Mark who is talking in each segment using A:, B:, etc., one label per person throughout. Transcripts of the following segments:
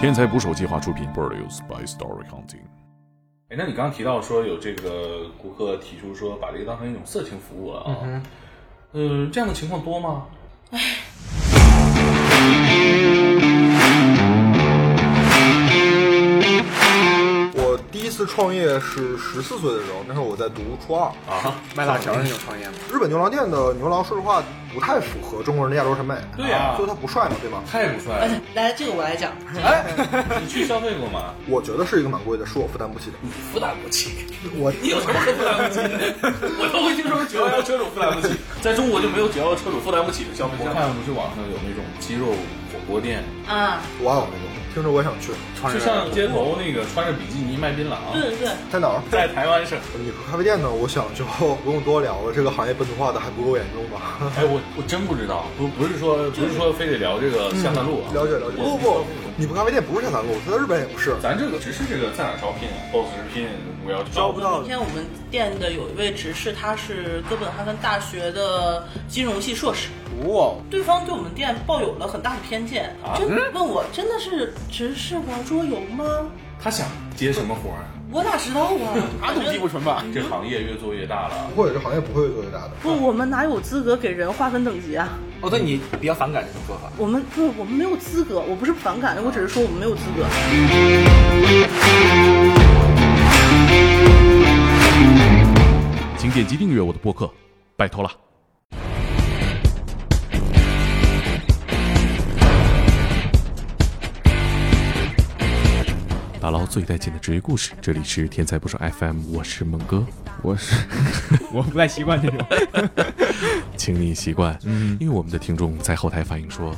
A: 天才捕手计划出品，Produced by Story Hunting。
B: 哎，那你刚刚提到说有这个顾客提出说把这个当成一种色情服务了啊、嗯，呃，这样的情况多吗？
C: 我第一次创业是十四岁的时候，那时候我在读初二。
B: 啊，
D: 卖辣条那种创业吗？
C: 日本牛郎店的牛郎，说实话不太符合中国人的亚洲审美。啊
B: 对呀
C: 就是他不帅嘛，对吧？
B: 太不帅了！
E: 而且来，这个我来讲，
B: 你去消费过吗？
C: 我觉得是一个蛮贵的，是我负担不起的。
B: 负担不起，
C: 我
B: 你有什么可负担不 起的？我都会听说九幺幺车主负担不起，在中国就没有九幺幺车主负担不起的消费。我看不是网上有那种鸡肉火锅店，
E: 啊，
C: 哇哦，那种听着我也想去，
D: 创
B: 就
D: 业
B: 像街头那个穿着比基尼卖槟榔，
E: 对对对，
C: 在哪儿？
B: 在台湾省。
C: 你说咖啡店呢？我想就不用多聊了，这个行业本土化的还不够严重吧？
B: 哎，我我真不知道，不不是说不是说非得聊这个下三路啊，
C: 了解了解。不不，女仆咖啡店不是下三路，它在日本也不是。
B: 咱这个只是这个在哪儿招聘，BOSS 直聘五幺
C: 招不到
E: 今天我们店的有一位执事，他是哥本哈根大学的金融系硕士。
D: 哇，
E: 对方对我们店抱有了很大的偏见，真的问我真的是只是玩桌游吗？
B: 他想接什么活儿啊？
E: 我哪知道啊？
D: 阿土地不纯吧？
B: 这行业越做越大了。
C: 或者这行业不会做越大的。
E: 不，我们哪有资格给人划分等级啊？
D: 哦，对你比较反感这种做法。
E: 我们不，我们没有资格。我不是反感，我只是说我们没有资格。
A: 请点击订阅我的播客，拜托了。打捞最带劲的职业故事，这里是天才不说 FM，我是猛哥，
F: 我是我不太习惯这种，
A: 请你习惯，嗯，因为我们的听众在后台反映说，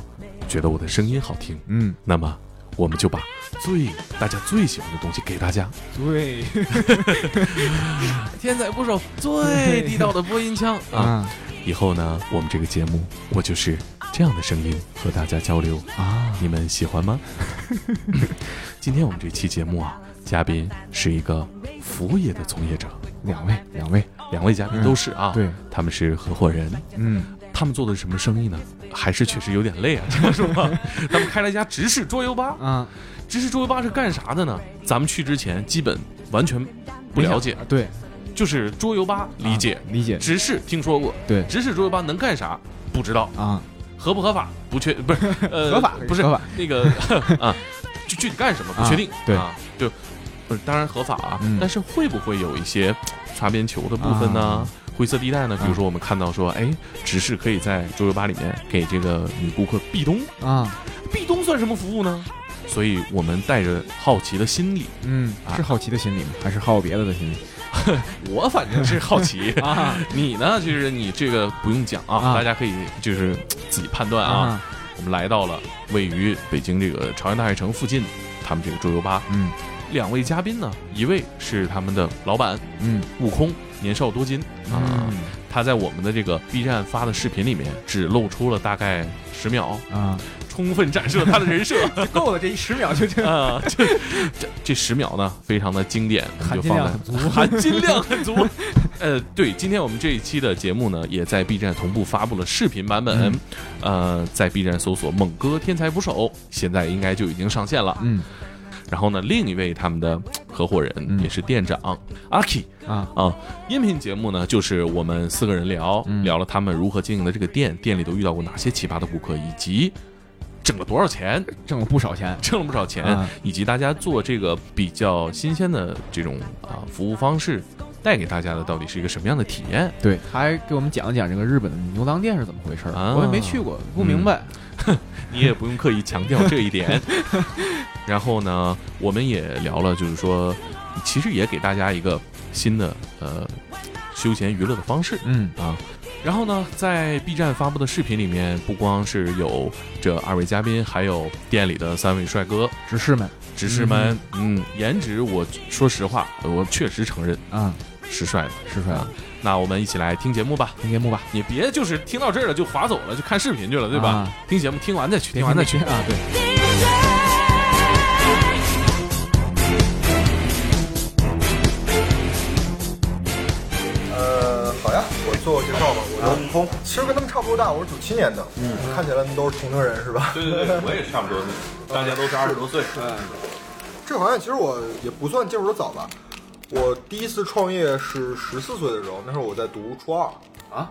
A: 觉得我的声音好听，
F: 嗯，
A: 那么我们就把最大家最喜欢的东西给大家，
F: 对
A: 天才捕手最地道的播音腔啊！
F: 啊
A: 以后呢，我们这个节目我就是这样的声音和大家交流，
F: 啊，
A: 你们喜欢吗？今天我们这期节目啊，嘉宾是一个服务业的从业者，
F: 两位两位，
A: 两位嘉宾都是啊，
F: 嗯对，
A: 他们是合伙人，
F: 嗯，
A: 他们做的是什么生意呢？还是确实有点累啊，这么说 吧，他们开了一家直视桌游吧，
F: 啊，
A: 直视桌游吧是干啥的呢？咱们去之前基本完全不了解，
F: 对，
A: 就是桌游吧理解，
F: 啊理解，
A: 直视听说过，
F: 对
A: 直视桌游吧能干啥？不知道，
F: 啊，
A: 合不合法？不确不是，呃，
F: 合法
A: 不是
F: 合法
A: 那个 啊，具具体干什么不确定，
F: 对
A: 啊，就不是当然合法啊，
F: 嗯
A: 但是会不会有一些擦边球的部分呢？
F: 啊
A: 灰色地带呢？比如说，我们看到说，哎，只是可以在桌游吧里面给这个女顾客壁咚，
F: 啊，
A: 壁咚算什么服务呢？所以我们带着好奇的心理，
F: 嗯，是好奇的心理吗？还是好别的的心理，
A: 我反正是好 奇
F: 啊
A: 你呢？就是你这个不用讲啊，
F: 啊
A: 大家可以就是自己判断啊。？我们来到了位于北京这个朝阳大悦城附近，他们这个桌游吧。
F: 嗯
A: 两位嘉宾呢，一位是他们的老板
F: 嗯
A: 悟空，年少多金啊。
F: 嗯
A: 他在我们的这个 B 站发的视频里面，只露出了大概十秒，
F: 啊，
A: 充分展示了他的人设
F: 够了，这一十秒就这
A: 啊。这这这十秒呢，非常的经典，我们
F: 含
A: 就
F: 金
A: 放
F: 量
A: 在
F: 很足，
A: 含金量很足。呃，对，今天我们这一期的节目呢，也在 B 站同步发布了视频版本。呃，在 B 站搜索“猛哥天才捕手”，现在应该就已经上线了。
F: 嗯
A: 然后呢，另一位他们的合伙人、
F: 嗯
A: 也是店长阿 K
F: 啊
A: 啊，音频节目呢，就是我们四个人聊、
F: 嗯
A: 聊了他们如何经营的这个店，店里都遇到过哪些奇葩的顾客，以及挣了多少钱，
F: 挣了不少钱，
A: 挣了不少钱，
F: 啊
A: 以及大家做这个比较新鲜的这种啊服务方式，带给大家的到底是一个什么样的体验？
F: 对，他还给我们讲了讲这个日本的牛郎店是怎么回事儿
A: 啊
F: 我也没去过，不明白。
A: 你也不用刻意强调这一点。 然后呢，我们也聊了，就是说，其实也给大家一个新的呃休闲娱乐的方式
F: 嗯
A: 啊。然后呢，在 B 站发布的视频里面，不光是有这二位嘉宾，还有店里的三位帅哥
F: 执事们
A: 执事们。嗯，颜值我说实话，我确实承认
F: 啊，
A: 是帅的。
F: 是帅
A: 啊
F: 了，
A: 那我们一起来听节目吧，
F: 听节目吧，
A: 你别就是听到这儿了就划走了，就看视频去了，对吧？
F: 啊
A: 听节目听完再去，
F: 别
A: 听完再去
F: 听啊，对。
C: 呃，好呀，我做我介绍吧，我叫悟空，同，其实跟他们差不多大，我是九七年的，嗯，看起来都是同龄人是吧？
B: 对对对，我也差不 多，大家都是二十多岁。
C: 这个行业其实我也不算进入的早吧，我第一次创业是十四岁的时候，那时候我在读初二，
D: 啊，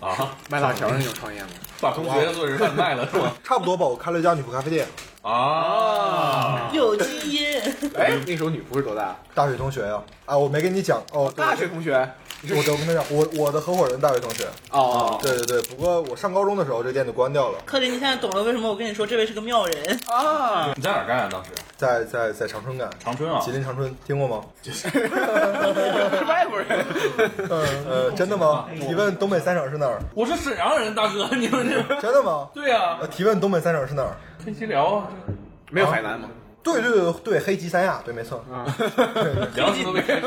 B: 啊，
D: 卖辣条那种创业吗？
B: 把同学做人贩卖了是吗？
C: 差不多吧，我开了一家女仆咖啡店，
B: 啊，
E: 有基因，
D: 哎，那时候女仆是多大？
C: 大学同学呀、啊，我没跟你讲哦，对
D: 大学同学。
C: 我我跟他讲，我我的合伙人大学同学，
D: 哦，
C: 对对对，不过我上高中的时候这店就关掉了，
E: 克林，你现在懂了为什么我跟你说这位是个妙人？
D: 啊，
B: 你在哪儿干啊？当时
C: 在在在长春干，
B: 长春啊
C: 吉林长春听过吗？
D: 是外国人。
C: 呃，真的吗？提问东北三省是哪儿？
B: 我是沈阳人，大哥，你们 这
C: 真的吗？
B: 对呀
C: 呃，，提问东北三省是哪儿？
B: 黑吉辽 啊，
D: 没有海南吗？
C: 对对对对，黑吉三亚，对，没错。
B: 粮食都没开 始。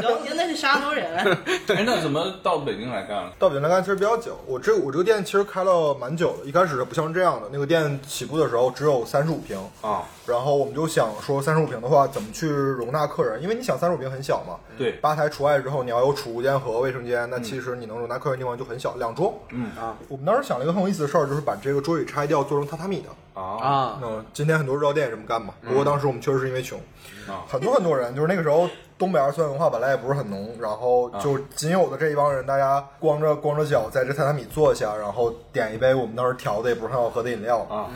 E: 辽宁那是沙洲人，
B: 哎，那怎么到北京来干啊了？
C: 到北京来干其实比较久，我这我这个店其实开了蛮久了，一开始是不像这样的，那个店起步的时候只有三十五平，
B: 啊，
C: 然后我们就想说三十五平的话怎么去容纳客人，因为你想三十五平很小嘛，
B: 对
C: 吧台除外之后你要有储物间和卫生间，那其实你能容纳客人的地方就很小，两桌，
B: 嗯
C: 啊，我们当时想了一个很有意思的事儿，就是把这个桌椅拆掉做成榻榻米的，
B: 啊，
D: 啊，
C: 嗯，今天很多日料店也这么干嘛，不过当时我们确实是因为穷，
B: 啊
C: 很多很多人就是那个时候东北二次元文化本来也不是很浓，然后就仅有的这一帮人，大家光着光着脚在这榻榻米坐下，然后点一杯我们当时调的也不是很好喝的饮料
B: 啊，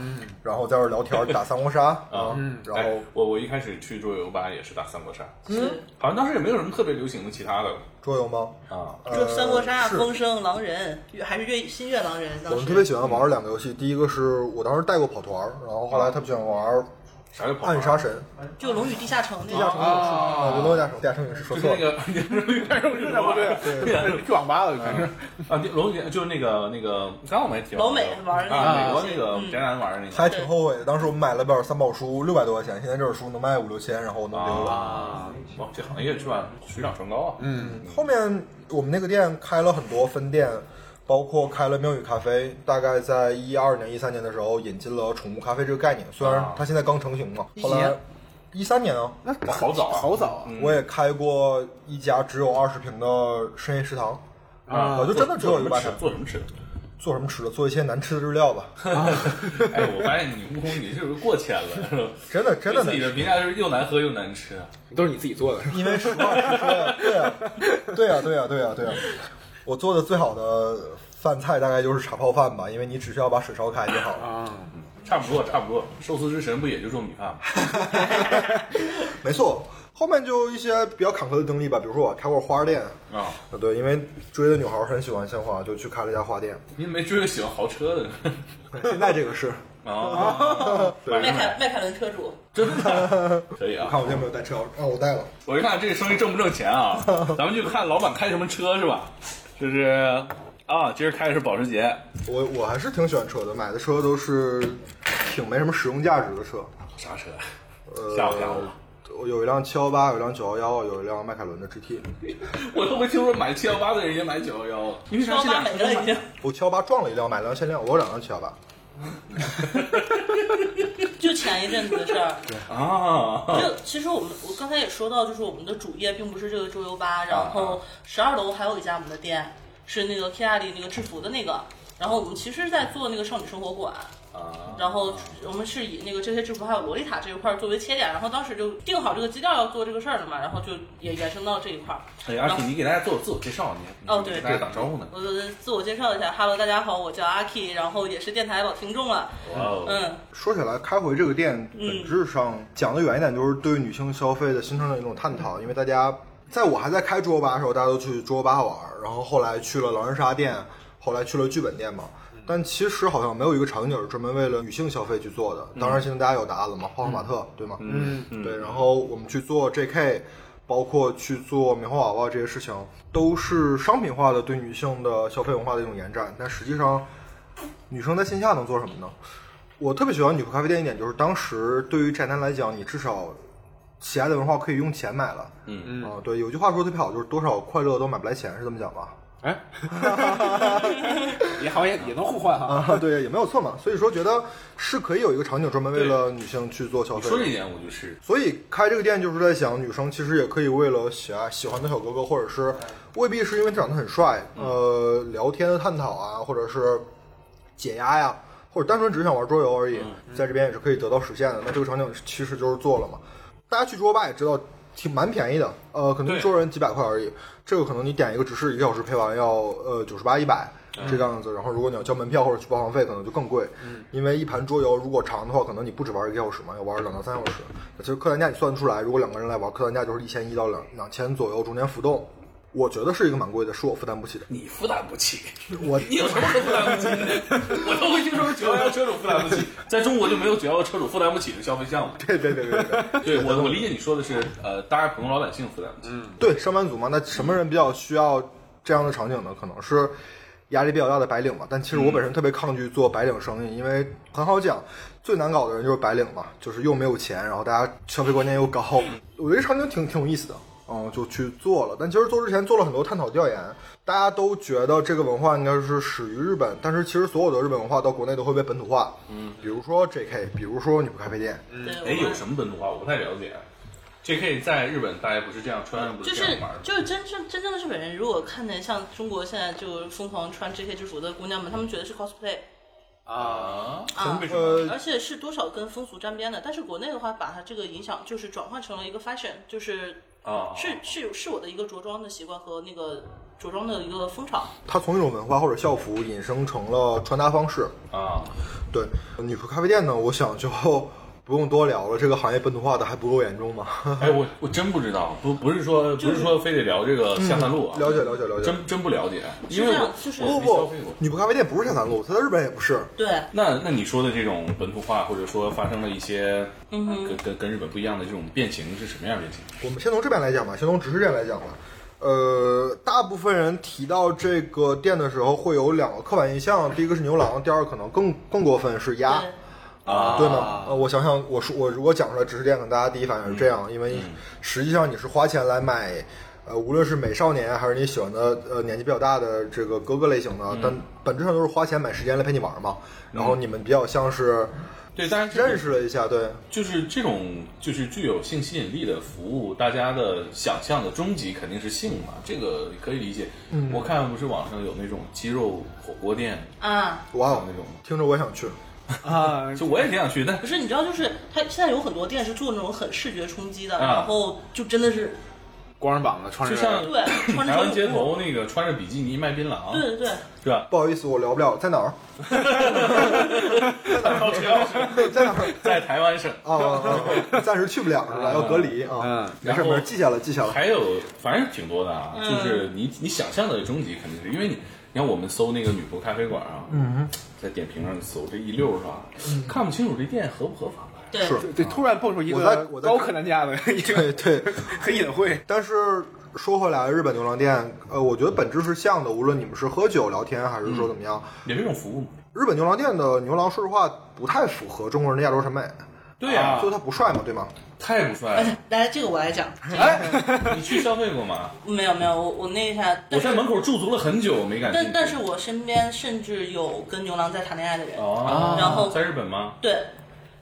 C: 然后在这儿聊天打三国杀啊，然
B: 哎
C: 后
B: 我我一开始去桌游吧也是打三国杀，
E: 是
B: 好像当时也没有什么特别流行的其他的
C: 桌游吗？
B: 啊。
E: 就三国杀、
C: 呃是
E: 风声、狼人，还是月新月狼人？
C: 我
E: 当
C: 们特别
E: 时
C: 喜欢玩两个游戏，第一个是我当时带过跑团，然后后来特别喜欢玩
B: 啥叫跑团
C: 暗杀神，
E: 就《龙与地下城》那
C: 地下城
E: 个，
C: 影视，啊，我龙地下城，地下城影视说
B: 就是
C: 错
B: 那
C: 了，啊
B: 个， 你是绿带肉是吧？对，
D: 啊去网吧了，全是。
B: 啊，龙姐就是那个那个，刚刚我们也提到
E: 老美玩的
B: 啊，美
E: 那个嗯
B: 国
E: 游戏
B: 那个宅男玩的那个啊
C: 还挺后悔的。当时我们买了本三宝书，六百多块钱，现在这本书能卖五六千，然后我能留了。
B: 啊，哇，这行业是吧？水涨船高啊。嗯，
C: 后面我们那个店开了很多分店，包括开了妙语咖啡，大概在一二年、一三年的时候引进了宠物咖啡这个概念，虽然
B: 啊
C: 它现在刚成型嘛。后
D: 一几
C: 来
D: 年
C: 一三年啊，
D: 那
B: 哇好早啊
D: 好早
B: 嗯
C: 我也开过一家只有二十平的深夜食堂，
D: 啊
C: 我就真的只有
B: 什
C: 一
B: 么
C: 个吧
B: 吃
C: 台，
B: 做什么吃的？
C: 做什么吃的？做一些难吃的日料吧，
B: 哎，我发现你悟空，你是不是过谦 了？是吧
C: 真的真
B: 对
C: 的
B: 自
C: 难
B: 己的
C: 吃。
B: 评价就是又难喝又难吃。
D: 啊，都是你自己做的，
C: 因为实话实说，对呀、对呀、对呀、对呀、对呀、啊我做的最好的饭菜大概就是茶泡饭吧，因为你只需要把水烧开就好了。
D: 啊，
B: 差不多，差不多。寿司之神不也就肉米饭吗？
C: 没错，后面就一些比较坎坷的经历吧，比如说我开过花店，
B: 啊，
C: 呃，对，因为追的女孩儿很喜欢鲜花，就去开了一家花店。
B: 你没追个喜欢豪车的呢
C: 现在这个是，
B: 啊？
E: 迈凯迈凯伦车主，
B: 真的可以
C: 我
B: 啊！
C: 看我今天没有带车钥匙，啊，我带了。
B: 我就看这个生意挣不挣钱啊？咱们就看老板开什么车是吧？就是啊，今儿开的是保时捷，
C: 我我还是挺喜欢车的，买的车都是挺没什么使用价值的车。
B: 啥车？
C: 呃，
B: 吓唬吓唬我！
C: 我有一辆七幺八，有一辆九幺幺，有一辆迈凯伦的 GT。
B: 我都没听说买七幺八的人也买九幺幺，你为啥
E: 双
B: 这
E: 八
B: 俩
E: 没了已经。
C: 我七幺八撞了一辆，买了辆限量，我有两辆七幺八。
E: 就前一阵子的 事儿，
B: 啊？
E: 就其实我们我刚才也说到，就是我们的主业并不是这个桌游吧，
C: 啊
E: 然后十二楼还有一家我们的店是那个 K R 里那个制服的那个，然后我们其实在做那个少女生活馆，
B: 啊
E: 然后我们是以那个这些制服还有洛丽塔这一块儿作为切点，然后当时就定好这个基调要做这个事儿了嘛，然后就也延伸到这一块儿。
B: 哎，阿 K，你给大家做自我介绍，你
E: 哦对
B: 你给大家打招呼呢。
E: 我自我介绍一下哈喽，大家好，我叫阿 K，然后也是电台老听众了，
B: 哇哦，
E: 嗯，
C: 说起来，开回这个店
E: 嗯
C: 本质上讲的远一点，就是对女性消费的形成的一种探讨。因为大家在我还在开桌游吧的时候，大家都去桌游吧玩，然后后来去了狼人杀店，后来去了剧本店嘛。但其实好像没有一个场景是专门为了女性消费去做的。当然，现在大家有答案了嘛，泡泡玛特，对吗？
B: 嗯嗯
C: 对。然后我们去做 JK，包括去做棉花娃娃这些事情，都是商品化的对女性的消费文化的一种延展。但实际上，女生在线下能做什么呢？我特别喜欢女仆咖啡店一点就是，当时对于宅男来讲，你至少喜爱的文化可以用钱买了。
B: 嗯
C: 啊、对，有句话说得特别好，就是多少快乐都买不来钱，是这么讲吧？
D: 哎，也好像也也能互换哈。
C: 啊，对，也没有错嘛。所以说，觉得是可以有一个场景专门为
B: 对
C: 了女性去做消
B: 你
C: 费
B: 说这
C: 的。
B: 一点我就是，
C: 所以开这个店就是在想，女生其实也可以为了喜爱喜欢的小哥哥，或者是未必是因为长得很帅，
D: 嗯
C: 呃，聊天的探讨啊，或者是解压呀，或者单纯只想玩桌游而已，
B: 嗯
C: 在这边也是可以得到实现的。那这个场景其实就是做了嘛。大家去桌游吧也知道，挺蛮便宜的，呃，可能一
B: 对
C: 桌人几百块而已。这个可能你点一个只是一个小时陪玩要呃九十八一百
B: 嗯
C: 这个样子，然后如果你要交门票或者去包房费，可能就更贵。因为一盘桌游如果长的话，可能你不止玩一个小时嘛，要玩两到三小时。其实客单价你算出来，如果两个人来玩，客单价就是一千一到两两千左右，中间浮动。我觉得是一个蛮贵的，是我负担不起的。
B: 你负担不起，
C: 我
B: 你有什么可负担不起的？ 我都会听说九幺幺车主负担不起， 在中国就没有九幺幺车主负担不起的消费项目。
C: 对对对对对
B: 对我我理解你说的是，呃，当然普通老百姓负担不起。
C: 对，上班族嘛，那什么人比较需要这样的场景呢？可能是压力比较大的白领嘛。但其实我本身特别抗拒做白领生意，因为很好讲，最难搞的人就是白领嘛，就是又没有钱，然后大家消费观念又高。我觉得这场景挺挺有意思的。嗯，就去做了，但其实做之前做了很多探讨调研，大家都觉得这个文化应该是始于日本，但是其实所有的日本文化到国内都会被本土化，嗯，比如说 J.K.，比如说女仆咖啡店，
E: 对，我
B: 哎，
E: 们
B: 有什么本土化？我不太了解。J.K. 在日本，大家不是这样穿，不
E: 就是是
B: 这样玩的。
E: 就是真正真正的日本人，如果看见像中国现在就疯狂穿 JK 制服的姑娘们，她们觉得是 cosplay
B: 啊，
E: 啊
B: 为，什么？
C: 呃，
E: 而且是多少跟风俗沾边的。但是国内的话，把它这个影响就是转换成了一个 fashion，就是
B: 啊，
E: 呃是是是我的一个着装的习惯和那个着装的一个风潮。
C: 它从一种文化或者校服引申成了穿搭方式，
B: 啊，
C: 对，女仆咖啡店呢，我想就 不用多聊了，这个行业本土化的还不够严重吗？
B: 哎，我我真不知道，不不是说不是说非得聊这个下三路啊，
E: 嗯
C: 了解了解了解。
B: 真真不了解，
E: 是
B: 因为
E: 这样
B: 我
E: 就是
B: 我
C: 不
B: 没消
C: 不
B: 费过。，
C: 女仆咖啡店不是下三路，它在日本也不是。
E: 对，
B: 那那你说的这种本土化，或者说发生了一些
E: 嗯
B: 跟跟跟日本不一样的这种变形，是什么样的变形？
C: 我们先从这边来讲吧，先从直视店来讲吧。呃，大部分人提到这个店的时候，会有两个刻板印象，第一个是牛郎，第二个可能更更过分是鸭。
E: 对
B: 啊
C: 对吗？呃，我想想，我说我如果讲出来直视店，可能大家第一反应是这样，因为实际上你是花钱来买，呃，无论是美少年还是你喜欢的呃年纪比较大的这个哥哥类型的，但本质上都是花钱买时间来陪你玩嘛。然后你们比较像是
B: 对，当然这
C: 认
B: 种
C: 识了一下，对，
B: 就是这种就是具有性吸引力的服务，大家的想象的终极肯定是性嘛，这个可以理解。我看不是网上有那种鸡肉火锅店，
E: 啊，
C: 哇哦
B: 那种，
C: 听着我也想去。
D: 啊，
B: 就我也挺想去，但
E: 不是你知道，就是它现在有很多店是做那种很视觉冲击的，
B: 啊
E: 然后就真的是
D: 光着膀子穿着
B: 就像
E: 对穿
B: 嗯
E: 着
B: 台
E: 嗯
B: 湾街
E: 小舞
B: 头那个穿着比基尼卖槟榔，
E: 对对对。
B: 是 吧？
C: 不好意思，我聊不了，在哪儿？在哪儿？
B: 在台湾省。
C: 啊啊，啊暂时去不了是吧？要隔离啊
D: 嗯，
C: 没事
B: 然后
C: 没事，记下了记下了。
B: 还有，反正挺多的啊，就是你你想象的终极肯定是因为你，你看我们搜那个女仆咖啡馆啊，嗯，在点评上搜这一溜是吧，看不清楚这店合不合法呀。
E: 对，
C: 是
D: 对，突然蹦出一
C: 我在
D: 个
C: 我在
D: 高客单价的，一个
C: 对对，
D: 很隐晦。
C: 但是说回来，日本牛郎店，呃，我觉得本质是像的，无论你们是喝酒聊天，还
B: 嗯
C: 是说怎么样，
B: 有这种服务吗？
C: 日本牛郎店的牛郎，说实话不太符合中国人的亚洲审美，啊
B: 对啊呀、
C: 就他不帅嘛，对吗？
B: 太不帅
E: 而
B: 了。
E: 且哎来这个我来讲，
B: 你去消费过吗？
E: 没有没有，我我那啥，
B: 我
E: 但是
B: 在门口驻足了很久，没敢进去。
E: 但但是我身边甚至有跟牛郎在谈恋爱的人，
B: 哦，
E: 然后
B: 在日本吗？
E: 对，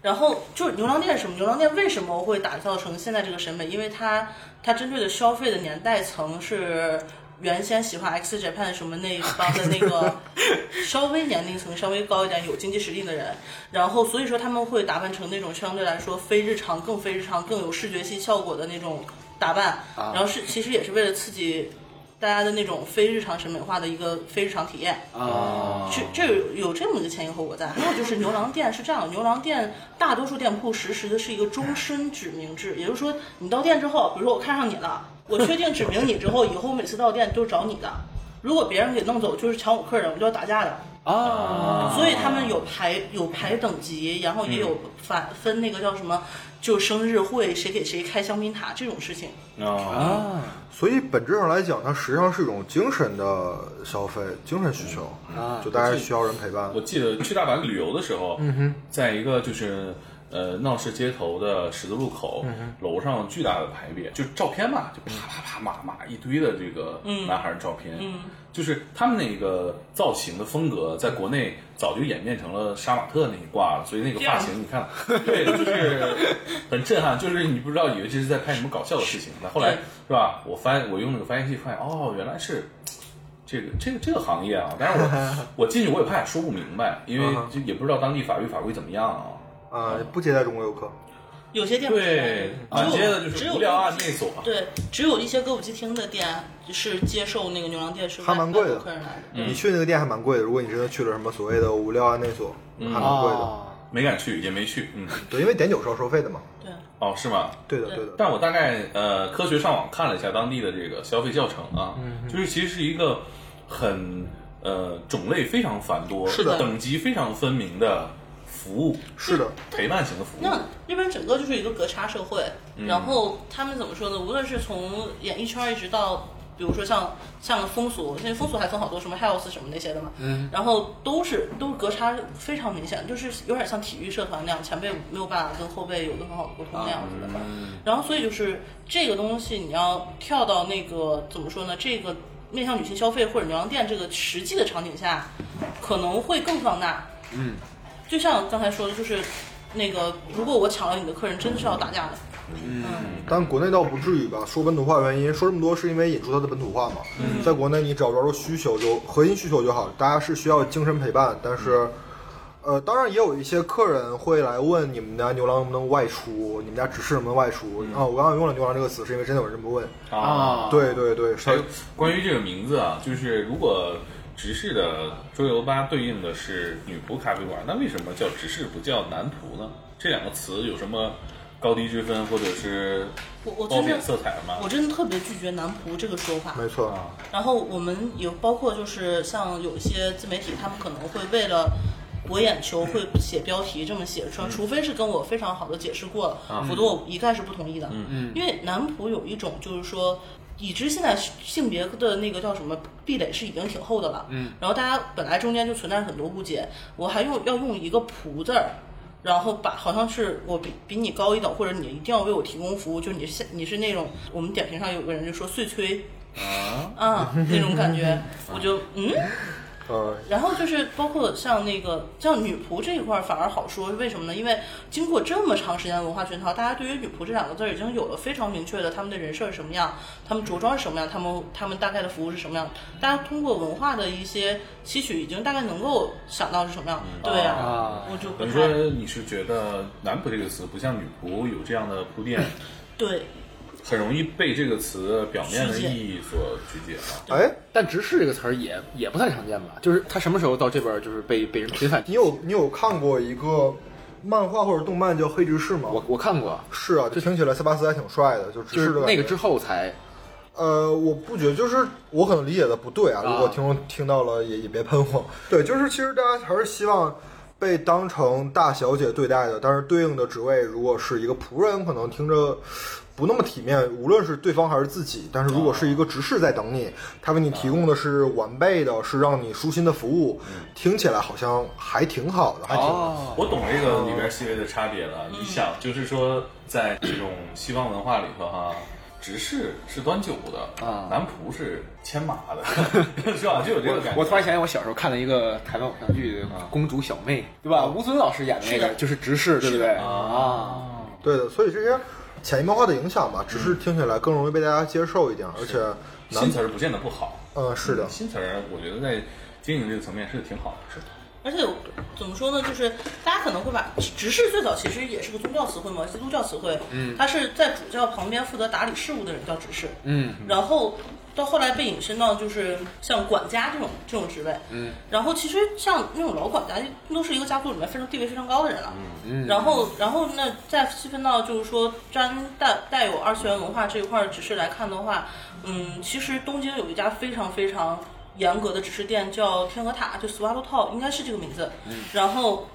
E: 然后就是牛郎店是什么？牛郎店为什么会打造成现在这个审美？因为它它针对的消费的年代层是原先喜欢 X Japan 什么那一帮的那个稍微年龄层稍微高一点、有经济实力的人，然后所以说他们会打扮成那种相对来说非日常、更非日常、更有视觉系效果的那种打扮，然后是其实也是为了刺激。大家的那种非日常审美化的一个非日常体验，
B: 啊
E: 这这有有这么一个前因后果在。还有就是牛郎店是这样，牛郎店大多数店铺实施的是一个终身指名制，也就是说，你到店之后，比如说我看上你了，我确定指名你之后，以后每次到店都是找你的。如果别人给弄走，就是抢我客人，我就要打架的。
D: 啊
E: 所以他们有排有排等级，然后也有
B: 嗯
E: 反分那个叫什么，就生日会谁给谁开香槟塔这种事情。
B: 啊，
D: 啊
C: 所以本质上来讲，它实际上是一种精神的消费，精神需求，
D: 啊
B: 嗯
C: 就大家需要人陪伴
B: 我。记得去大阪旅游的时候，在一个就是呃闹市街头的十字路口、楼上巨大的牌匾，就照片嘛，就啪啪啪码码一堆的这个
E: 嗯
B: 男孩儿照片，就是他们那个造型的风格，在国内早就演变成了杀马特那一挂了，所以那个发型你看，对，就是很震撼，就是你不知道以为这是在拍什么搞笑的事情，那后来
E: 对
B: 是吧？我翻我用那个翻译器发现，哦，原来是这个这个这个行业啊，但是我我进去我也怕也说不明白，因为就也不知道当地法律法规怎么样啊。
C: 啊，不接待中国游客。
E: 有些店不
B: 对，
E: 只
B: 满
E: 有
B: 街的就
E: 只
B: 是
E: 有
B: 无聊啊案内所，
E: 对，只有一些歌舞伎町的店是接受那个牛郎店是
C: 还蛮
E: 外
C: 贵的
E: 外国客人来的。
B: 嗯
C: 你去那个店还蛮贵的，如果你真的去了什么所谓的无料案内所，
B: 嗯
C: 还蛮贵的。
D: 哦，
B: 没敢去，也没去。嗯，
C: 对，因为点酒是要收费的嘛。
E: 对，
B: 哦，是吗？
C: 对的，
E: 对
C: 对的。
B: 但我大概呃科学上网看了一下当地的这个消费教程啊，就是其实是一个很呃种类非常繁多，
E: 是的
B: 等级非常分明的服务，
C: 是的，
B: 陪伴型的服务。
E: 那日本整个就是一个隔差社会，然后他们怎么说呢？无论是从演艺圈一直到，比如说像像风俗，现在风俗还分好多什么 house 什么那些的嘛，嗯，然后都是都是隔差非常明显，就是有点像体育社团那样，前辈没有办法跟后辈有个很好的沟通那样子的。然后所以就是这个东西，你要跳到那个怎么说呢？这个面向女性消费或者牛郎店这个实际的场景下，可能会更放大。就像刚才说的，就是那个，如果我抢了你的客人，真的是要打架的。嗯
C: 但国内倒不至于吧。说本土化原因，说这么多是因为引出它的本土化嘛。在国内，你只要抓住需求就核心需求就好，大家是需要精神陪伴。但是，呃，当然也有一些客人会来问你们家牛郎能不能外出，你们家指示能不能外出。啊，我刚刚用了“牛郎”这个词，是因为真的有人这么问。
B: 啊，
C: 对对对，
B: 还
C: 是
B: 有关于这个名字啊，就是如果直视的桌游吧对应的是女仆咖啡馆，那为什么叫直视不叫男仆呢？这两个词有什么高低之分，或者是
E: 我我
B: 褒
E: 真的
B: 贬色彩吗？
E: 我真的特别拒绝男仆这个说法。
C: 没错。
E: 然后我们有包括就是像有一些自媒体，他们可能会为了博眼球会写标题这么写出来，除非是跟我非常好的解释过了，否则我一概是不同意的。嗯，因为男仆有一种就是说。已知现在性别的那个叫什么壁垒是已经挺厚的了，嗯，然后大家本来中间就存在很多误解，我还用要用一个仆字儿，然后把好像是我比比你高一等，或者你一定要为我提供服务，就你是你是那种我们点评上有个人就说碎催，啊，那种感觉，我就嗯。
C: 呃，
E: 然后就是包括像那个像女仆这一块儿反而好说，为什么呢？因为经过这么长时间的文化熏陶，大家对于女仆这两个字儿已经有了非常明确的他们的人设是什么样，他们着装是什么样，他们他们大概的服务是什么样，大家通过文化的一些吸取，已经大概能够想到是什么样。对呀、
F: 嗯
D: 啊
E: 我就不
B: 等于
E: 太
B: 说你是觉得“男仆”这个词不像“女仆”有这样的铺垫，
E: 对。
B: 很容易被这个词表面的
E: 曲解
B: 意义所曲解啊。
C: 哎，
D: 但直视这个词儿也也不太常见吧？就是他什么时候到这边儿就是被被人频繁
C: 你？有你有看过一个漫画或者动漫叫《黑执事》吗？
D: 我我看过，
C: 是啊，就听起来塞巴斯还挺帅的，就
D: 就
C: 执
D: 是
C: 事的感
D: 那个
C: 觉
D: 之后才
C: 呃，我不觉得，就是我可能理解的不对啊。如果听众听到了也也别喷我。对，就是其实大家还是希望被当成大小姐对待的，但是对应的职位如果是一个仆人，可能听着不那么体面，无论是对方还是自己。但是如果是一个执事在等你，他为你提供的是完备的，是让你舒心的服务，听起来好像还挺好的，还
B: 啊
C: 挺。
D: 哦，
B: 我懂这个里边细微的差别了。你想，就是说，在这种西方文化里头哈、执事是端酒的，
D: 啊
B: 男仆是牵马的，是吧？就有这个感觉。
D: 我突然想起我小时候看了一个台湾偶像剧《公主小妹》，对吧？吴尊老师演的那个啊就是直视，对不对？啊，
C: 对的，所以这些潜移默化的影响吧，只是听起来更容易被大家接受一点，而且男
B: 新词儿不见得不好，
C: 呃是的，
B: 新词儿我觉得在经营这个层面是挺好的，是
E: 而且怎么说呢，就是大家可能会把执事最早其实也是个宗教词汇嘛，基督教词汇，嗯，他是在主教旁边负责打理事务的人叫执事，
D: 嗯，
E: 然后到后来被引申到就是像管家这种这种职位，嗯，然后其实像那种老管家都是一个家族里面非常地位非常高的人了，嗯，然后然后那再细分到就是说沾带带有二次元文化这一块儿执事来看的话，嗯，其实东京有一家非常非常严格的指示店叫天鹅塔，就 Swallow Top，应该是这个名字。然后，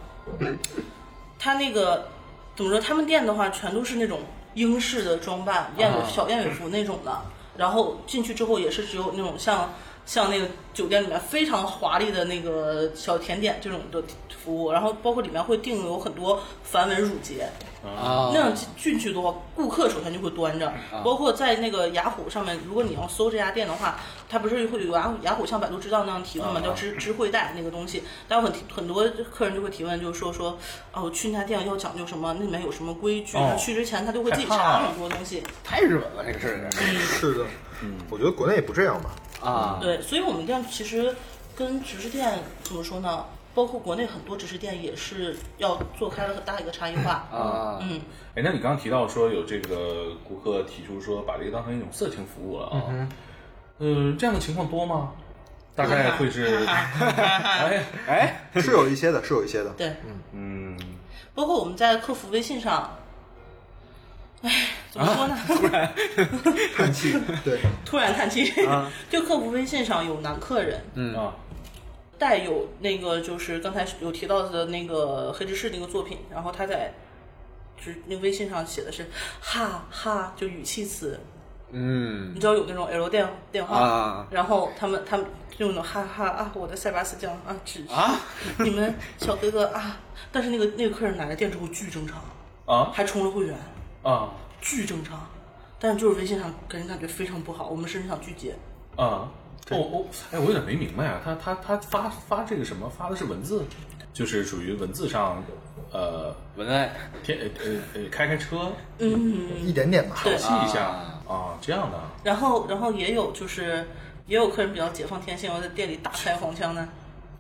E: 他那个怎么说？他们店的话，全都是那种英式的装扮，燕尾、小燕尾服那种的。然后进去之后，也是只有那种像像那个酒店里面非常华丽的那个小甜点这种的服务，然后包括里面会定有很多繁文缛节，
B: 哦
D: 啊
E: 那样进去的话，顾客首先就会端着，
B: 嗯啊
E: 包括在那个雅虎上面，如果你要搜这家店的话，它不是会有雅虎雅虎像百度知道那样提
B: 哦
E: 问嘛，叫 知知会带那个东西，但有很很多客人就会提问，就是说说哦，去那家店要讲究什么，那里面有什么规矩，
B: 哦
E: 他去之前他就会自己
B: 害怕
E: 查
B: 了
E: 很多东西，
D: 太日本了，这个事儿
C: 是的，我觉得国内也不这样吧。
D: 啊，
E: 对，所以我们店其实跟直食店怎么说呢？包括国内很多直食店也是要做开了很大一个差异化，
D: 啊，
E: 嗯，
B: 哎，那你刚刚提到说有这个顾客提出说把这个当成一种色情服务了啊，嗯、呃，这样的情况多吗？大概会是， 哎，
D: 哎，
C: 是有一些的，是有一些的。
E: 对，
B: 嗯，
E: 包括我们在客服微信上，哎，怎么说呢？突 然啊
C: 叹气，对，
E: 突然叹气， 就客服微信上有男客人
B: 嗯啊，
E: 带有那个就是刚才有提到的那个黑执事那个作品，然后他在就是那微信上写的是哈哈，就语气词，
D: 嗯
E: 你知道有那种 L 电电话，
D: 啊
E: 然后他们他们就那种哈哈啊，我的塞巴斯酱啊，只
D: 啊，
E: 你们小哥哥啊，但是那个那个客人来了店之后巨正常，
B: 啊
E: 还充了会员。
B: 啊
E: 巨正常，但是就是微信上给人感觉非常不好，我们甚至想拒绝。
B: 啊，哦哦，哎，我有点没明白啊，他他他发发这个什么发的是文字，就是属于文字上，呃，
D: 文案
B: 天呃呃呃，开开车
C: 一点点吧。
E: 对
B: 记，一下啊，这样的啊
E: 然后然后也有就是也有客人比较解放天性，要在店里大开黄腔呢。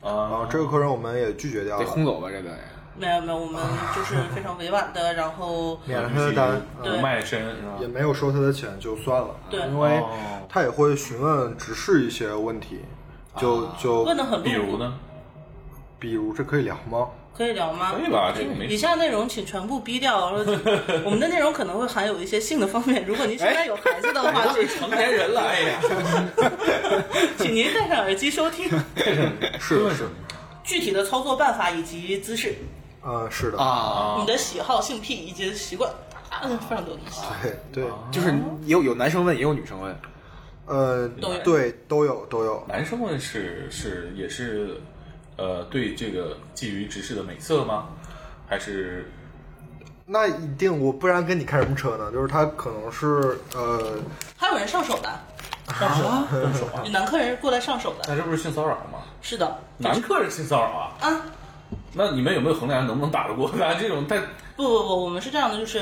C: 然后
B: 啊
C: 这个客人我们也拒绝掉
D: 得
C: 了，
D: 轰走吧，这个
E: 没有没有，我们就是非常委婉的，然后
C: 免了他的单，
E: 对
B: 不卖身是吧
C: 也没有收他的钱就算了。
E: 对
C: 因为
B: 哦
C: 他也会询问直视一些问题，就就
E: 问的很
B: 比
E: 露
B: 如
E: 骨，
B: 呢？
C: 比如这可以聊吗？
E: 可以聊吗？
B: 可以吧，这个没
E: 以下内容请全部逼 掉。然后就我们的内容可能会含有一些性的方面，如果您现在有孩子的话，请
B: 哎成年人了，哎呀，
E: 请您戴上耳机收 听。
C: 是是，
E: 具体的操作办法以及姿势，
C: 嗯，是的，
D: 啊，
E: 你的喜好、性癖以及习惯，啊，非常多东西。
C: 对对，
D: 就是也有有男生问，也有女生问，
C: 呃
E: 都有，
C: 对，都有都有，
B: 男生们是是也是，呃，对这个基于直视的美色吗？还是
C: 那一定，我不然跟你开什么车呢？就是他可能是呃，
E: 还有人上手的，
B: 分手啊？
E: 有男客人过来上手的，
B: 那这不是性骚扰吗？
E: 是的，
B: 男客人性骚扰啊？
E: 啊，
B: 那你们有没有衡量能不能打得过 咱这种太
E: 不不不，我们是这样的，就是，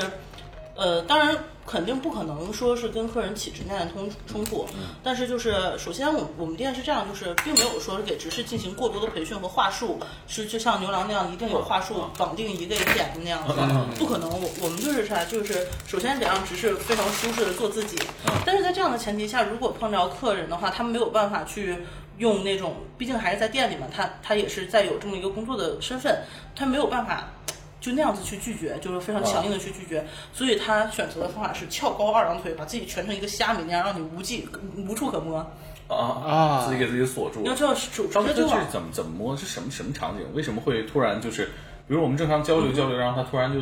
E: 呃，当然肯定不可能说是跟客人起直面的冲冲突，但是就是首先我我们店是这样，就是并没有说是给执事进行过多的培训和话术，是就像牛郎那样一定有话术绑定一个一点的那样子，不可能。我我们就是啥，就是首先得让执事非常舒适的做自己，但是在这样的前提下，如果碰着客人的话，他们没有办法去。用那种，毕竟还是在店里嘛，他他也是在有这么一个工作的身份，他没有办法就那样子去拒绝，就是非常强硬的去拒绝，所以他选择的方法是翘高二郎腿，把自己蜷成一个虾米那样，让你无计无处可摸。
B: 啊
D: 啊
B: 自己给自己锁住
E: 你要
B: 了
E: 知？道，手直
B: 当
E: 接
B: 时这
E: 就往
B: 是怎么怎么摸？是什么什么场景？为什么会突然就是，比如我们正常交流交流，然后他突然就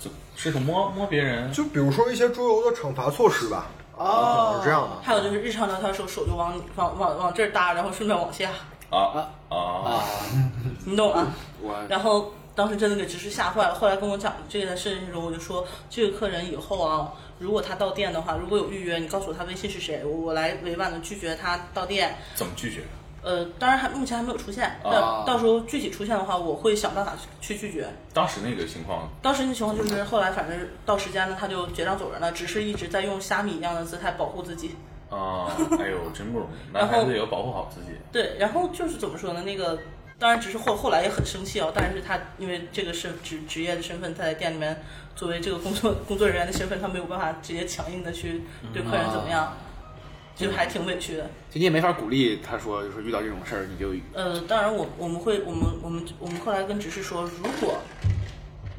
B: 就伸手摸摸别人？
C: 就比如说一些桌游的惩罚措施吧，啊，
E: 哦
C: 可能是这样的。
E: 还有就是日常聊天的时候，手就往往往往这儿搭，然后顺便往下，
B: 啊啊！
E: 你懂吗？
D: 我
E: 然后当时真的给执事吓坏了。后来跟我讲这件事情的时候，我就说这个客人以后啊，如果他到店的话，如果有预约，你告诉我他微信是谁，我我来委婉的拒绝他到店。
B: 怎么拒绝？
E: 呃，当然还目前还没有出现，但
D: 啊
E: 到时候具体出现的话，我会想办法去去拒绝。
B: 当时那个情况
E: 当时那情况就是后来反正到时间了，他就结账走人了，只是一直在用虾米一样的姿态保护自己。
B: 啊，哎呦，真不容易，
E: 然
B: 男
E: 后
B: 孩子也要保护好自己。
E: 对，然后就是怎么说呢？那个当然只是后后来也很生气啊，但是他因为这个是职职业的身份，他在店里面作为这个工作工作人员的身份，他没有办法直接强硬的去对客人怎么样，就还挺委屈的。
D: 就你也没法鼓励他说，就是遇到这种事儿你就
E: 呃，当然我我们会我们我们我们后来跟执事说，如果